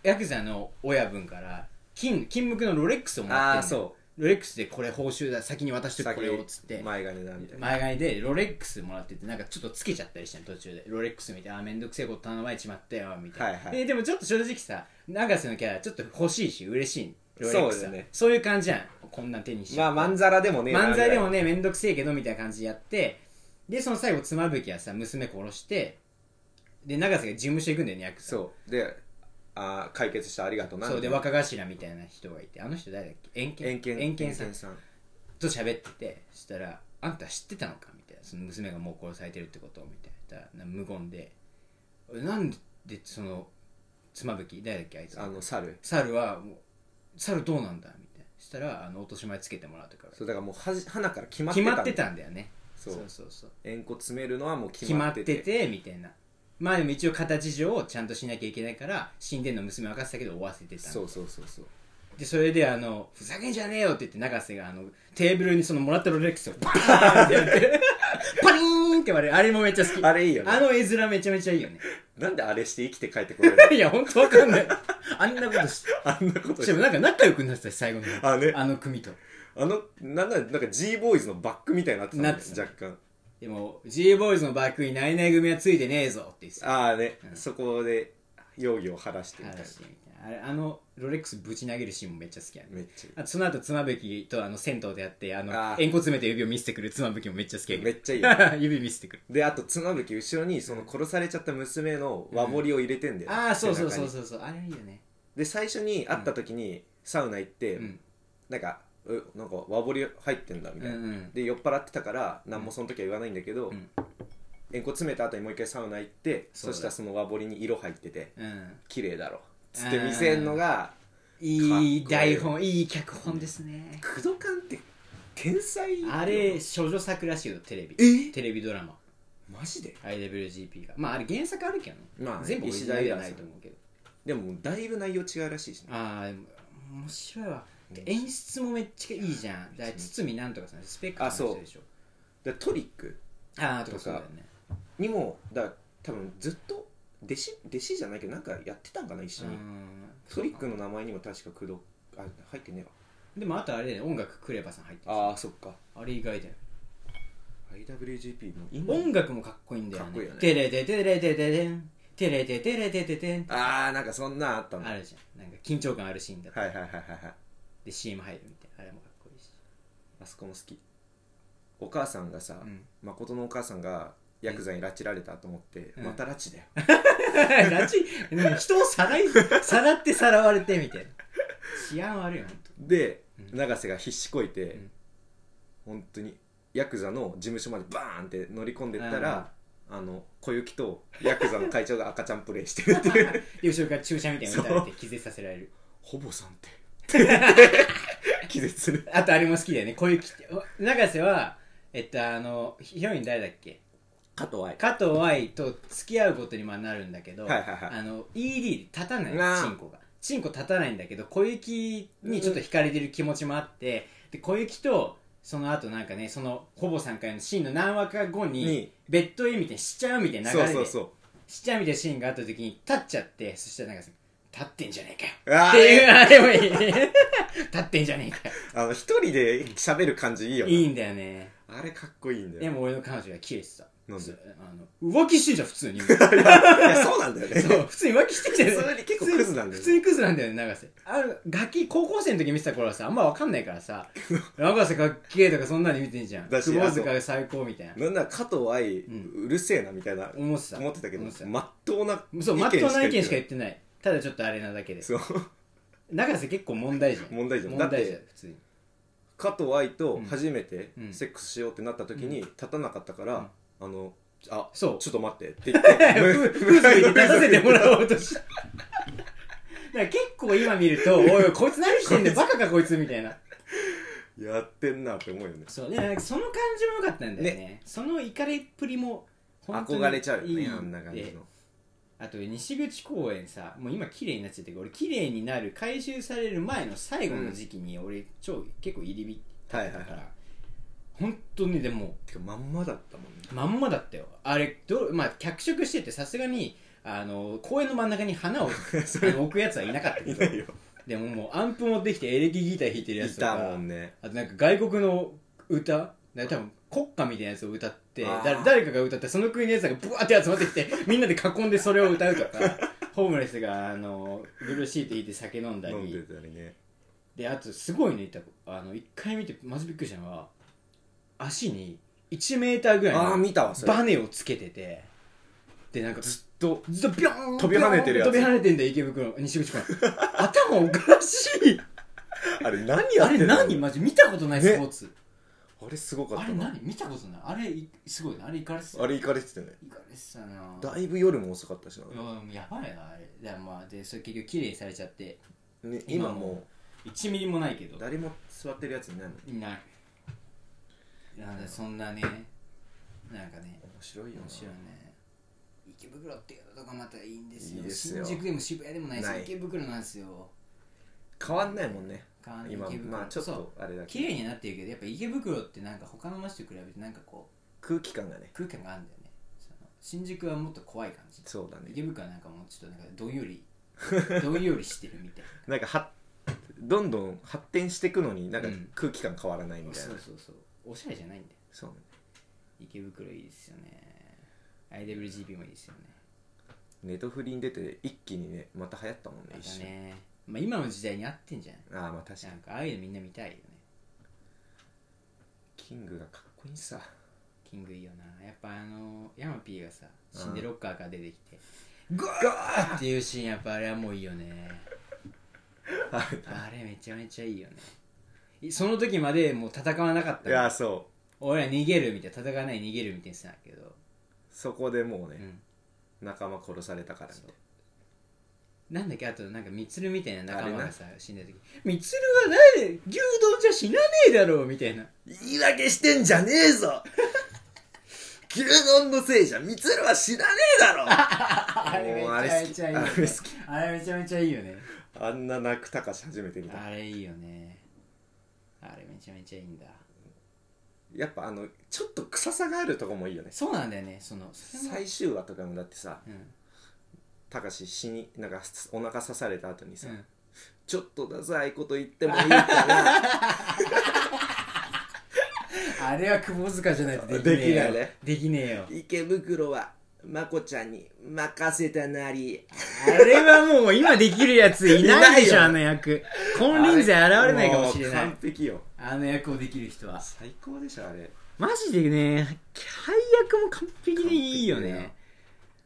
S2: ヤクザの親分から金金無垢のロレックスをもらってんの
S1: ああそう
S2: ロレックスでこれ報酬だ先に渡しとくこれをっつって
S1: 前金だみたいな
S2: 前買いでロレックスもらっててなんかちょっとつけちゃったりしたの途中でロレックスみたいなあーめんどくせえこと頼まれちまったよみたいな、
S1: はいはい
S2: ででもちょっと正直さ永瀬のキャラちょっと欲しいし嬉しいロレックス
S1: そ
S2: は
S1: うだよね
S2: そういう感じじゃんこんなん手にしち
S1: ま
S2: ゃ
S1: あ
S2: って
S1: まんざらでもねえな
S2: 漫才でもねめんどくせえけどみたいな感じでやってでその最後妻夫木はさ娘殺してで永瀬が事務所行くんだよねヤクザ
S1: そうであー解決したありがとうな
S2: そうで
S1: みたいな
S2: 若頭みたいな人がいてあの人誰だっけ遠見
S1: 遠見
S2: 遠見さん
S1: 遠さん
S2: と喋っててそしたら「あんた知ってたのか?」みたいなその娘がもう殺されてるってことをみたいな言ったら無言で「なんでその妻夫木誰だっけあいつ
S1: あの猿
S2: 猿はもう猿どうなんだみたいなしたらあの落とし前つけてもらうとか
S1: そうだからもうはじ花から決まって
S2: 決
S1: た
S2: まってたんだよね
S1: そ
S2: そううそうそう
S1: 円弧詰めるのはもう決
S2: 決
S1: ま
S2: ま
S1: っ
S2: ってて
S1: て
S2: てみたいなまあでも一応形上ちゃんとしなきゃいけないから神殿の娘を明かせたけど追わせてた
S1: そうそうそうそう
S2: でそれであの「ふざけんじゃねえよ」って言って永瀬があのテーブルにそのもらったロレッ クスをバーンってやってパリーンって割れるあれもめっちゃ好き
S1: あれいいよね
S2: あの絵面めちゃめちゃいいよね
S1: なんであれして生きて帰ってこられ る
S2: いや本当わかんないあんなことし
S1: あんなこと
S2: しかもなんか仲良くなってたし最後の
S1: あね
S2: あの組と
S1: あのなんだなんか G ボーイズのバックみたいになってたん
S2: な
S1: で
S2: って
S1: す
S2: た
S1: 若干
S2: でも G ボーイズのバックにナイナイ組はついてねえぞって言ってた
S1: ああね、
S2: うん
S1: そこで容疑を晴らしてみたいな
S2: 話みたいなあれあのロレックスぶち投げるシーンもめっちゃ好きやね
S1: めっちゃ
S2: あとその後妻夫木とあの銭湯でやってあの
S1: あー
S2: 円弧詰めて指を見せてくる妻夫木もめっちゃ好き
S1: い
S2: や
S1: いめ
S2: け
S1: っちゃいいよ
S2: ど 指見せてくる
S1: であと妻夫木後ろにその殺されちゃった娘の和彫りを入れてんだよ、
S2: ああそうそう
S1: 背中
S2: そ
S1: に
S2: うそうそうあれいいよね
S1: で最初に会った時にサウナ行って、
S2: うん
S1: なんか「うなんか和彫り入ってんだ」み
S2: う
S1: た
S2: ん
S1: いうな、
S2: ん
S1: で酔っ払ってたから何もその時は言わないんだけど、
S2: うん
S1: 円弧詰めた後にもう一回サウナ行ってそ
S2: そ
S1: う
S2: だ
S1: したらその和彫りに色入ってて
S2: うん
S1: 「綺麗だろ」つって見せんのが
S2: いい台本いい脚本ですね
S1: 工藤勘って天才
S2: あれ少女桜集のテレビ
S1: え
S2: テレビドラマ
S1: マジで
S2: IWGP がまああれ原作あるけどね、
S1: まあね
S2: 全部オリジナルじゃないと思うけど
S1: でもだいぶ内容違うらしいしね
S2: ああでも面白いわで演出もめっちゃいいじゃんだから堤なんとかさんスペックとかの人でしょ
S1: でトリック
S2: ああとかそうだよね
S1: にもだから多分ずっと弟子弟子じゃないけどなんかやってたんかな一緒に
S2: うん
S1: トリックの名前にも確か工藤あ入ってね
S2: でもあとあれだよね音楽クレバさん入って
S1: え
S2: る
S1: わああそっか
S2: あれ以外だよ
S1: IWGP も
S2: 音楽もかっこいいんだよ
S1: かっこいい
S2: ね
S1: よね
S2: テレテテレテテテンテレテテレテテテン
S1: ああなんかそんなんあったの
S2: あ
S1: はい
S2: るじゃんなんか緊張感あるシーンだった
S1: はいはいはいはい
S2: で CM 入るみたいなあれもかっこいいし
S1: あそこも好きお母さんがさ、
S2: うん
S1: 誠のお母さんがヤクザに拉致られたと思って、
S2: うん
S1: また拉致だよ
S2: ラチなんか人をさらい さらってさらわれてみたいな治安悪いよほんと
S1: で、
S2: うん
S1: 永瀬が必死こいて、
S2: うん
S1: 本当にヤクザの事務所までバーンって乗り込んでったら、あの小雪とヤクザの会長が赤ちゃんプレイしてるって いう
S2: で後ろから注射みたいなの打たれて気絶させられる
S1: ほぼさんって 気絶する
S2: あとあれも好きだよねこういうき永瀬はえっとあのヒロイン誰だっけ
S1: 加藤愛
S2: 加藤愛と付き合うことにまあなるんだけど、
S1: はいはいはい
S2: あの ED で立たない
S1: なあ
S2: チンコがチンコ立たないんだけど小雪にちょっと惹かれてる気持ちもあって、で小雪とその後なんかねそのほぼ3回のシーンの何話か後に
S1: に
S2: ベッドインみたいにしちゃうみたいな流
S1: そ
S2: れ
S1: う
S2: で
S1: そうそ
S2: しちゃうみたいなシーンがあった時に立っちゃってそしたらなんか立ってんじゃねえかよ
S1: うあ
S2: っ
S1: ー
S2: ていうあれもいい立ってんじゃねえかよ
S1: あの一人で喋る感じいいよない
S2: いんだよね
S1: あれかっこいいんだ
S2: で
S1: よ
S2: も俺の彼女がキレてた
S1: なんで
S2: そうあの浮気してんじゃん普通に
S1: いやそうなんだよね
S2: そう普通に浮気してきてる
S1: 普通に結構クズなんだよね
S2: 普通にクズなんだよね永瀬あのガキ高校生の時見てた頃はさあんま分かんないからさ永瀬かっけえとかそんなに見てんじゃん
S1: だし
S2: 久保塚が最高みたいな
S1: なんなら加藤愛、う
S2: う
S1: るせえなみたいな
S2: 思ってた
S1: 思ってたけど
S2: 思ってた
S1: まっとうな
S2: そうまっとうな意見しか言
S1: っ
S2: ってないただちょっとあれなだけで
S1: て ないそう
S2: 永瀬結構問題じゃん
S1: 問題児
S2: 問題じ
S1: だ
S2: ゃ
S1: っ
S2: ん普通に
S1: 加藤愛と初めて
S2: うん
S1: セックスしようってなった時に立たなかったから、あのあ
S2: そう
S1: ちょっと待ってって言って
S2: ふ風俗に出させてもらおうとした だから結構今見るとおいおいこいつ何してんだよバカかこいつみたいな
S1: やってんなって思うよね
S2: そうねなんかその感じも良かったんだよねその怒りっぷりも本当に
S1: 憧れちゃうよ
S2: い
S1: ね
S2: い
S1: あんな感じ
S2: で
S1: の
S2: あと西口公園さもう今綺麗になっちゃってるけど俺綺麗になる回収される前の最後の時期に俺超結構入り浸
S1: はいはい
S2: っ
S1: は
S2: た
S1: い
S2: から、本当にでも
S1: てかまんまだったもんね
S2: まんまだったよあれどうまあ脚色しててさすがにあの公園の真ん中に 花をあの置くやつはいなかったけ
S1: い
S2: ど
S1: ないよ
S2: でももうアンプ持ってきてエレキギター弾いてるや
S1: い
S2: つと
S1: た
S2: か
S1: もんね
S2: あとなんか外国の歌だから多分国歌みたいなやつを歌って
S1: あー
S2: だ誰かが歌ってその国のやつらがブワーって集まってきて みんなで囲んでそれを歌う とかホームレスがあのブルーシート引いて酒飲んだ
S1: 飲んで
S2: り
S1: たりね
S2: であとすごいねたあの一回見てマジびっくりしたのは足に1メーターぐらい
S1: ああ
S2: の
S1: 見たわそれ
S2: バネをつけててでなんかずっ
S1: と
S2: ずっとビョーン
S1: 飛び跳ねてるやつ
S2: 飛び跳ねてんだよ池袋西 口君頭おかしい
S1: あれ何や
S2: あ
S1: って
S2: れ
S1: んの
S2: 何マジ見たことない
S1: ね
S2: スポーツ、
S1: あれすごかっ
S2: あ
S1: た
S2: れ
S1: な
S2: 何見たことないあれいすごいねあれ行かれてた
S1: あれ行かれてたね
S2: 行かれてたな
S1: だいぶ夜も遅かったし
S2: いやでもやばいなあれだからまあでそれ結局綺麗にされちゃって
S1: な、ね、
S2: 今
S1: 今
S2: も
S1: も
S2: 1ミリもないけど
S1: 誰も座ってるやついないの
S2: いないなんでそんなねなんかね
S1: 面白いよ
S2: 面
S1: な
S2: 白いね池袋っていうとこまたいいんですよ
S1: いいですよ
S2: 新宿でも渋谷でもないし
S1: ない
S2: 池袋なんですよ
S1: 変わんないもんね
S2: 変わんない
S1: 今
S2: 池袋
S1: まあちょっ
S2: そう
S1: とあれだけ
S2: 綺
S1: ど
S2: 麗になってるけどやっぱ池袋ってなんか他の街と比べてなんかこう
S1: 空気感がね
S2: 空間があるんだよねその新宿はもっと怖い感じ
S1: そうだね
S2: 池袋はなんかもうちょっとなんかどんよ りどんよりしてるみたい
S1: なんかはどんどん発展していくのになんか
S2: うん
S1: 空気感変わらないみ
S2: な
S1: たい
S2: そ
S1: な、
S2: うそうそうおしゃれじゃないんだよ
S1: そうね
S2: 池袋いいですよね IWGP もいいですよね
S1: ネトフリに出て一気にねまた流行ったもんね
S2: ま
S1: 一
S2: た
S1: 瞬、
S2: ね、まあ、今の時代に合ってんじゃない
S1: ああまあ確か
S2: な
S1: に
S2: んかああいうのみんな見たいよね
S1: キングがかっこいいさ
S2: キングいいよなやっぱあのヤマピーがさ死んでロッカーから出てきて、ゴーっていうシーンやっぱあれはもういいよねあれめちゃめちゃいいよねいその時までもう戦わなか っ
S1: い
S2: た
S1: や
S2: の
S1: ーそう
S2: 俺ら逃げるみたいな戦わない逃げるみたいにしてたんだけど、
S1: そこでもう
S2: う
S1: ね、
S2: ん、
S1: 仲間殺されたからね
S2: そうなんだっけあとなんかみつるみたいな仲間がさ死んだ時みつるは何で牛丼じゃ死なねえだろうみたいな
S1: 言い訳してんじゃねえぞ 牛丼のせいじゃみつるは死なねえだろ
S2: あれめ
S1: もう
S2: ちゃめちゃいいよ
S1: あ
S2: ね
S1: れ好き
S2: あれめちゃめちゃいいよね
S1: あんな泣くたかし初めて見た
S2: あれいいよねあれめちゃめちゃいいんだ
S1: やっぱあのちょっと臭さがあるとこもいいよね
S2: そうなんだよねそのそれも
S1: 最終話とかもだってさ
S2: うん
S1: たかし死になんかお腹刺された後にさ、
S2: うん
S1: ちょっとダサいこと言ってもいいか
S2: あれは窪塚じゃないとでき
S1: できない
S2: ね
S1: ね
S2: えよできねえよ
S1: な 池袋はまこちゃんに任せたなり
S2: あれはもう今できるやついないでし
S1: いない
S2: ょ
S1: よ
S2: あの役金輪際現れないかもしれ
S1: あ
S2: な
S1: も
S2: いう
S1: 完璧よ
S2: あの役をできる人は
S1: 最高でしょあれ
S2: マジでね配役も完璧でいいよ
S1: 完璧だよ
S2: ね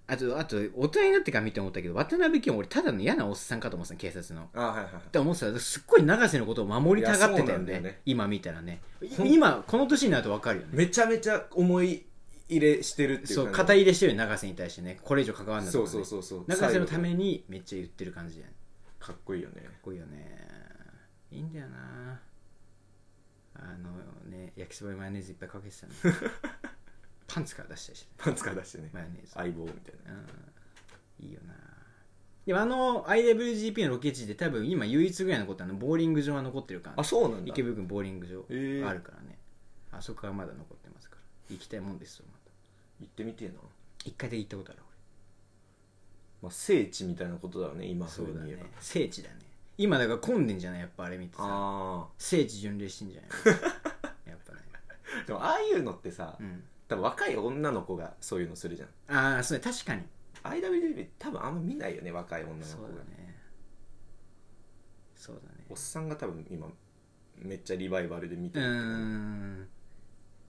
S2: あとあと大人になってから見て思ったけど渡辺謙俺ただの嫌なおっさんかと思ってたの警察の
S1: あはいはいはい
S2: って思ってたすっごい永瀬のことを守りたがって
S1: いやそう
S2: たよ
S1: なんだ
S2: ね
S1: よね
S2: 今見たらねい
S1: ほん
S2: 今この年になると分かるよね
S1: めちゃめちゃ思い入れしてるっていう
S2: そう
S1: 感
S2: 肩入れしてるよね永瀬に対してねこれ以上関わんない
S1: そうそうそうそう
S2: 永瀬のた
S1: 最
S2: め
S1: 後
S2: にめっちゃ言ってる感じだよね
S1: かっこいいよね
S2: かっこいいよねいいんだよなあのね焼きそばにマヨネーズいっぱいかけて たのパンツから出したりして
S1: パンツから出してね
S2: マヨネーズ
S1: 相棒みたいな
S2: うんいいよなでもあの IWGP のロケ地で多分今唯一ぐらい残ったあのボーリング場が残ってるから、
S1: あそうなんだ
S2: 池袋ボーリング場
S1: えー
S2: あるからね、あそこはまだ残ってますから行きたいもんですよまた
S1: 行ってみてえな、
S2: 一回で行ったことある
S1: まあ、聖地みたいなことだよね今
S2: 俺
S1: 風に言えば、
S2: 聖地だね今だから混んでんじゃないやっぱあれ見てさ
S1: あ
S2: 聖地巡礼してんじゃない やっぱね
S1: あでもああいうのってさ、
S2: うん
S1: 多分若い女の子がそういうのするじゃん
S2: ああそうね確かに
S1: IWGP 多分あんま見ないよね若い女の
S2: そ
S1: 子
S2: う
S1: が、
S2: だねそうだね
S1: おっさんが多分今めっちゃリバイバルで見
S2: う
S1: てるっていうか
S2: ーん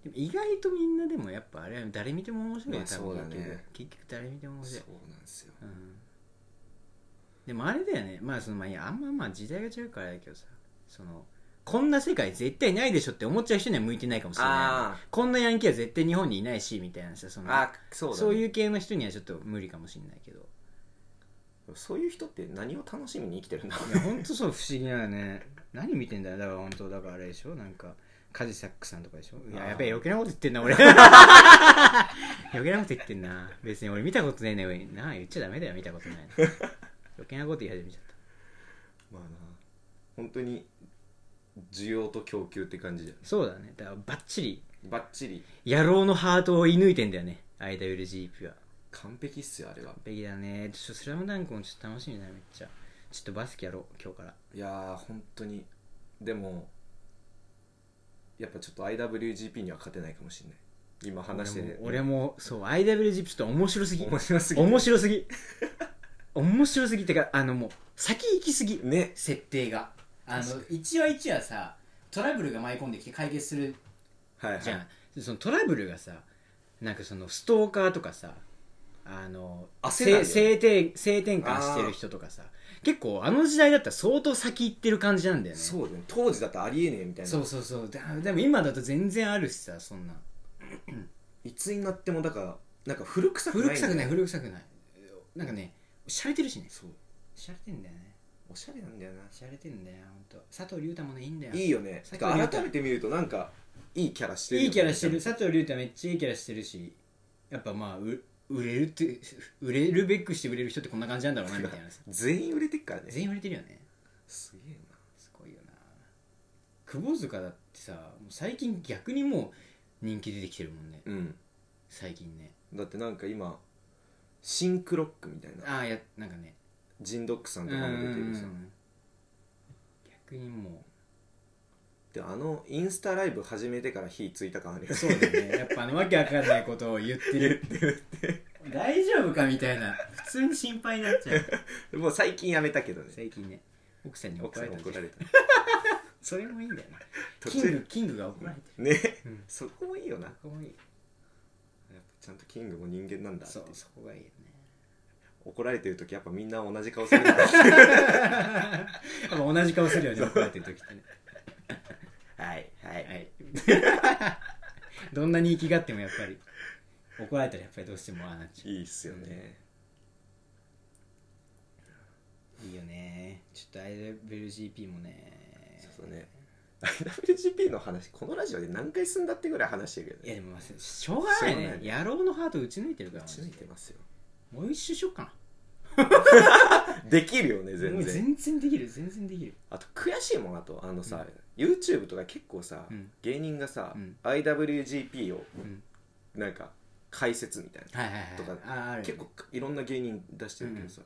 S2: でも意外とみんなでもやっぱあれは誰見ても面白い
S1: ねそうだね
S2: 結局結局誰見ても面
S1: そ
S2: 白いう
S1: なんですよ
S2: うんでもあれだよねまあそのまあいやあんままあ時代が違うからあれだけどさそのこんな世界絶対ないでしょって思っちゃう人には向いてないかもしれない
S1: あ
S2: こんなヤンキーは絶対日本にいないしみたいなさその
S1: あそうだ、ね、
S2: そういう系の人にはちょっと無理かもしれないけど
S1: そういう人って何を楽しみに生きてるんだろう
S2: いや本当そう不思議なよね何見てんだよだから本当だからあれでしょなんかカジサックさんとかでしょい
S1: あ
S2: や
S1: ー
S2: やべえ余計なこと言ってん な俺余計なこと言ってんな別に俺見たことねえね俺なあ言っちゃダメだよ見たことないの余計なこと言い始めちゃった
S1: まあな本当に需要と供給って感じじゃ
S2: そうだねだからバッチリ
S1: んバッチリ
S2: 野郎のハートを射抜いてんだよね IWGP は
S1: 完璧っすよあれは
S2: べきだねちょっと「スラムダンクもちょっと楽しみだねめっちゃちょっとバスケやろう今日から
S1: いやー本当にでもやっぱちょっと IWGP には勝てないかもしれない今話してて
S2: 俺も俺もそう IWGP ちょっと面白すぎ
S1: 面白すぎて
S2: 面白すぎ面白すぎてかあのもう先行きすぎ
S1: ね
S2: 設定があの
S1: 確
S2: 1話1話さトラブルが舞い込んできて解決する
S1: はいはい
S2: じゃん、そのトラブルがさなんかそのストーカーとかさあの
S1: 焦らないよ
S2: 性性転性転換してる人とかさ結構あの時代だったら相当先行ってる感じなんだよね
S1: そうだね当時だったらありえねえみたいな
S2: そうそうそうだでも今だと全然あるしさそんない
S1: つになってもだからなんか古臭くない
S2: 古臭くない古臭くないなんかね洒落てるしね
S1: そう
S2: 洒落てんだよね
S1: おおしゃれなんだよな
S2: しゃれてんだよ本当。佐藤隆太もねいいんだよ
S1: いいよね
S2: さ
S1: て
S2: っきも
S1: か
S2: 言った
S1: 改めて見るとなんかいいキャラしてるよ
S2: い
S1: ね
S2: いキャラしてる佐藤隆太めっちゃいいキャラしてるしやっぱまあう売れるって 売れるべくして売れる人ってこんな感じなんだろう なみたいなさ
S1: 全員売れてっからね
S2: 全員売れてるよね
S1: すげえな
S2: すごいよな窪塚だってさもう最近逆にもう人気出てきてるもんね
S1: うん
S2: 最近ね
S1: だってなんか今シンクロックみたいな
S2: ああやなんかね
S1: ジンドックさ
S2: うんん
S1: とかも出てるさ
S2: 逆にも
S1: であのインスタライブ始めてから火ついた感あるよね
S2: うそうだね やっぱあのわけわかんないことを言ってる大丈夫かみたいな普通に心配になっちゃう
S1: もう最近やめたけどね
S2: 最近ね奥さんに怒
S1: 奥
S2: ら
S1: さ
S2: れ
S1: ん
S2: た
S1: に怒られた
S2: それもいいんだよな
S1: 途
S2: キン
S1: 中
S2: グキングが怒られて
S1: ね
S2: うん
S1: そこもいいよなやっ
S2: そこがいい
S1: ぱちゃんとキングも人間なんだって
S2: そうそこがいいよね
S1: 怒られてる時やっぱみんな同じ顔するんだ
S2: やっぱ同じ顔するよね怒られてる時ってね
S1: はいはい
S2: はい どんなに生きがってもやっぱり怒られたらやっぱりどうしてもああなっちゃ
S1: いいっすよね
S2: ういいよねちょっと IWGP もね
S1: そうね IWGP の話このラジオで何回すんだってぐらい話してるけど
S2: いや
S1: ね
S2: でもしょうがない
S1: しょうが
S2: ね
S1: ない
S2: 野郎のハート打ち抜いてるから
S1: 打ち抜いてますよ
S2: もう一周しよっか
S1: できるよね
S2: なも
S1: 全
S2: う
S1: 然
S2: 全然できる全然できる
S1: あと悔しいもんあとあのさ、YouTube とか結構さ、
S2: うん
S1: 芸人がさ、
S2: うん
S1: IWGP を
S2: うん
S1: なんか解説みたいな、
S2: はいはいはい
S1: とか
S2: あある
S1: 結構いろんな芸人出してるけどさ、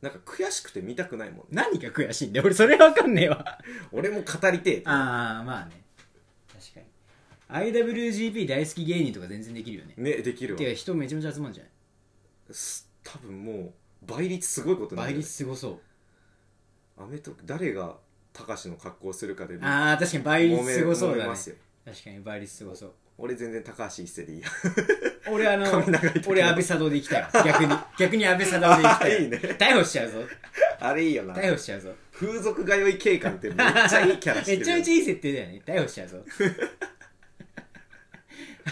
S1: なんか悔しくて見たくないもんね
S2: 何が悔しいんだよ俺それわかんねえわ
S1: 俺も語りてえ
S2: ああまあね確かに IWGP 大好き芸人とか全然できるよね
S1: ねできるわ
S2: てか人めちゃめちゃ集まるんじゃない
S1: す多分もう倍率すごいことになる
S2: 倍
S1: よね
S2: 率すごそ
S1: アメトーーク誰がたかしの格好するかで
S2: うああ確かに倍率すごそう
S1: 揉
S2: だ
S1: め
S2: ね
S1: ますよ
S2: 確かに倍率すごそう
S1: 俺全然高橋一世でいいや
S2: 俺あの
S1: 髪長い時の
S2: 俺安倍佐藤で行きたいわ逆に逆に安倍佐藤で行きたい わ
S1: あいいね
S2: 逮捕しちゃうぞ
S1: あれいいよな
S2: 逮捕しちゃうぞ
S1: 風俗通い警官ってめっちゃいいキャラして
S2: め
S1: る
S2: ちゃめちゃいい設定だよね逮捕しちゃうぞ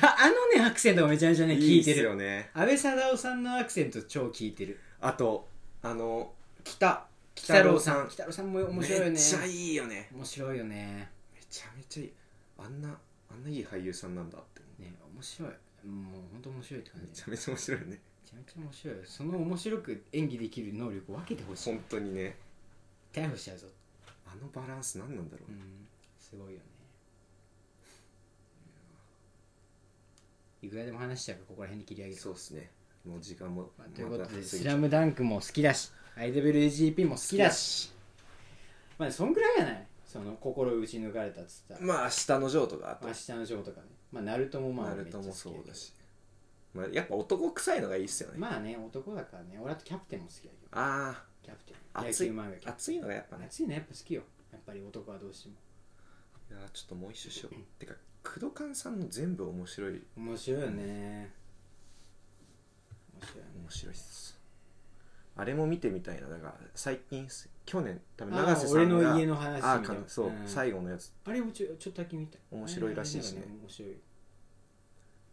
S2: ああのねアクセントがめちゃめちゃね効
S1: いい
S2: い
S1: ってす
S2: る
S1: よね
S2: 安倍佐藤さんのアクセント超効いてる
S1: あとあの北
S2: 北郎さん北郎さんも面白いよね
S1: めっちゃいいよね
S2: 面白いよね
S1: めちゃめちゃいいあんなあんないい俳優さんなんだって
S2: ね面白いもう本当面白いって感
S1: め
S2: じ
S1: ち
S2: め
S1: ゃめちゃ面白いよね
S2: ちゃめちゃ面白いその面白く演技できる能力を分けてほしい
S1: 本当にね
S2: 逮捕しちゃうぞ
S1: あのバランス何なんだろう
S2: う
S1: ね
S2: んすごいよねいくらでも話しちゃうからここら辺で切り上げる
S1: そうっすねもう時間も
S2: まあということで「
S1: 過ぎちゃう
S2: スラムダンクも好きだし IWGP も好きだしまあそんくらいじゃないその心打ち抜かれたっつったら
S1: まあ下の城とかあと
S2: 明日のジョーとかねまあナルトもまあ
S1: ナ
S2: めっ
S1: ル
S2: ちゃ
S1: ト
S2: 好き
S1: も
S2: だけ
S1: そ
S2: ど
S1: うだし、まあ、やっぱ男臭いのがいいっすよね、
S2: まあね男だからね俺あとキャプテンも好きだけど
S1: あ
S2: キャプテ
S1: あ
S2: ン野
S1: 熱
S2: 球
S1: い
S2: 漫画キャプテン
S1: 熱いのがやっぱね
S2: 熱いねやっぱ好きよやっぱり男はどうしても
S1: いやーちょっともう一周しようてか工藤勘さんの全部面白い
S2: 面白いよね面白いよね
S1: 面白いっすあれも見てみたいなだから最近っす去年多分
S2: あー
S1: 永瀬さんが
S2: 俺の家の話みたい
S1: あ
S2: な
S1: あかんそう、
S2: ん
S1: 最後のやつ
S2: あれもちょちょっとだけ見た
S1: 面白いらしいしね
S2: あれ面白い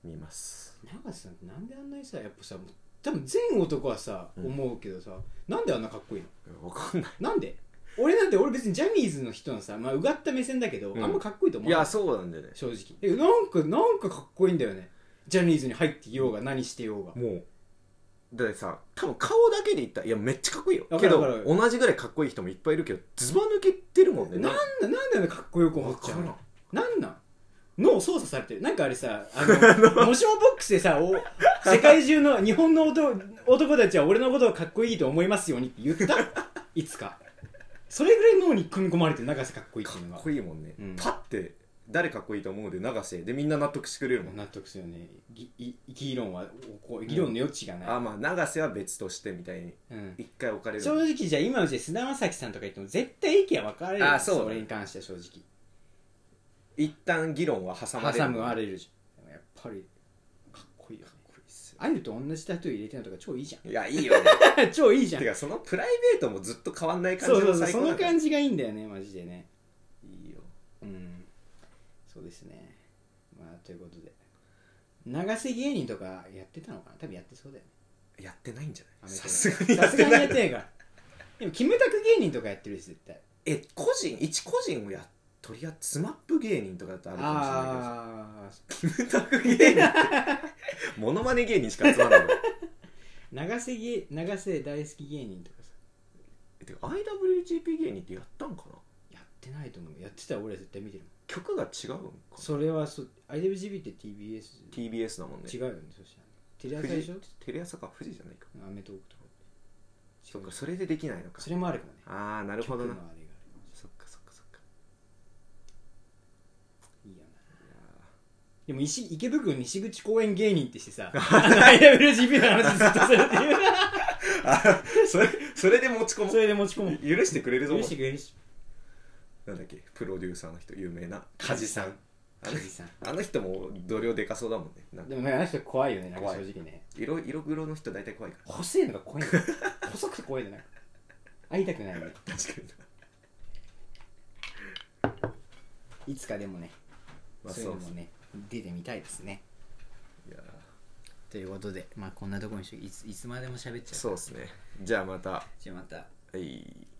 S1: 見ます
S2: 永瀬さんってなんであんなにさやっぱさもう多分全男はさ、
S1: うん
S2: 思うけどさなんであんなかっこいいの
S1: わかんない
S2: なんで俺なんて俺別にジャニーズの人のさまあうがった目線だけど、
S1: うん
S2: あんまかっこいいと思
S1: いうやそうなんだよね
S2: 正直えなんかなんかかっこいいんだよねジャニーズに入っていようが何してようが
S1: もうだってさ多分顔だけで言ったらいやめっちゃかっこいいよ
S2: わか
S1: け
S2: る
S1: ど
S2: わかる
S1: 同じぐらいかっこいい人もいっぱいいるけどズバ抜けてるもんね
S2: なんだなんであんなかっこよく思
S1: わ
S2: っち
S1: か
S2: ゃ
S1: ら
S2: うんなんなん脳操作されてるなんかあれさあ のもしもボックスでさお世界中の日本の男男たちは俺のことをかっこいいと思いますようにって言ったいつかそれぐらい脳に組み込まれてる永瀬かっこいいっていうの
S1: か
S2: が
S1: っこいいもんね、
S2: うん
S1: パッて誰かっこいいと思うで永瀬でみんな納得してくれるもん、
S2: 納得するよねぎい議論はこう議論の余地がない、
S1: あまあ永瀬は別としてみたいに
S2: うん
S1: 一回置かれる
S2: 正直じゃあ今の時代菅田将暉さんとか言っても絶対意見は分かれる
S1: あそうだね
S2: れに関しては正直
S1: 一旦議論は挟まれる
S2: 挟むわれるじゃんでもやっぱりかっこいいよねあゆと同じタトゥー入れてるのとか超いいじゃん
S1: いやいい よね
S2: 超いいじゃん
S1: てかそのプライベートもずっと変わんない感
S2: そう
S1: じ
S2: そう
S1: の
S2: そう
S1: 最
S2: そ
S1: 高
S2: の
S1: じ
S2: 感じがいいんだよねマジでね
S1: いいよ
S2: うんそうですねまあということで長瀬芸人とかやってたのかな多分やってそうだよね
S1: やってないんじゃ
S2: ア
S1: ない
S2: メトー
S1: さすが
S2: ク
S1: にや
S2: さ
S1: っ
S2: す
S1: て
S2: がに
S1: な
S2: やっ
S1: い
S2: てないからでもキムタク芸人とかやってるし絶対
S1: え個人一個人をやっとりあえずスマップ芸人とかだとあるかもしれないけど
S2: ああキムタク芸人
S1: モノマネ芸人しか集まらない
S2: 長瀬芸長瀬大好き芸人とかさ
S1: えてか IWGP 芸人ってやったんかな
S2: やってないと思うやってたら俺ら絶対見てるもん
S1: 曲が違うんか
S2: それはそう IWGB って TBS
S1: TBS だもんね
S2: 違うよねそしたらテレ朝でしょ
S1: 富士テレ朝か富士じゃないか
S2: アメトーークとか
S1: そっかそれでできないのか
S2: それもあるかもね
S1: ああなるほどな
S2: 曲のあれがあるかもし
S1: そっかそっかそっか
S2: れないいいよなでも石池袋西口公園芸人ってしてさ IWGB の話ずっとするっていう
S1: あそれそれで持ち込
S2: それで持ち込もう
S1: 許してくれるぞ
S2: 許してくれるし
S1: なんだっけプロデューサーの人有名な梶さんあの
S2: 梶さん
S1: あの人も同僚でかそうだもんねなんか
S2: でもねあの人怖いよねなんか
S1: 怖い
S2: 正直ね
S1: 色色黒の人大体怖いか
S2: 細いのが怖いんだよ細くて怖いんだよなんか会いたくないね
S1: ら確かにな、
S2: いつかでもね
S1: まあ、
S2: そう
S1: そ
S2: いううのもね出てみたいですね
S1: いやー
S2: ということでまあこんなとこにしよういついつまでも喋っちゃう
S1: そうですねじゃあまたは
S2: じゃあまた
S1: い
S2: は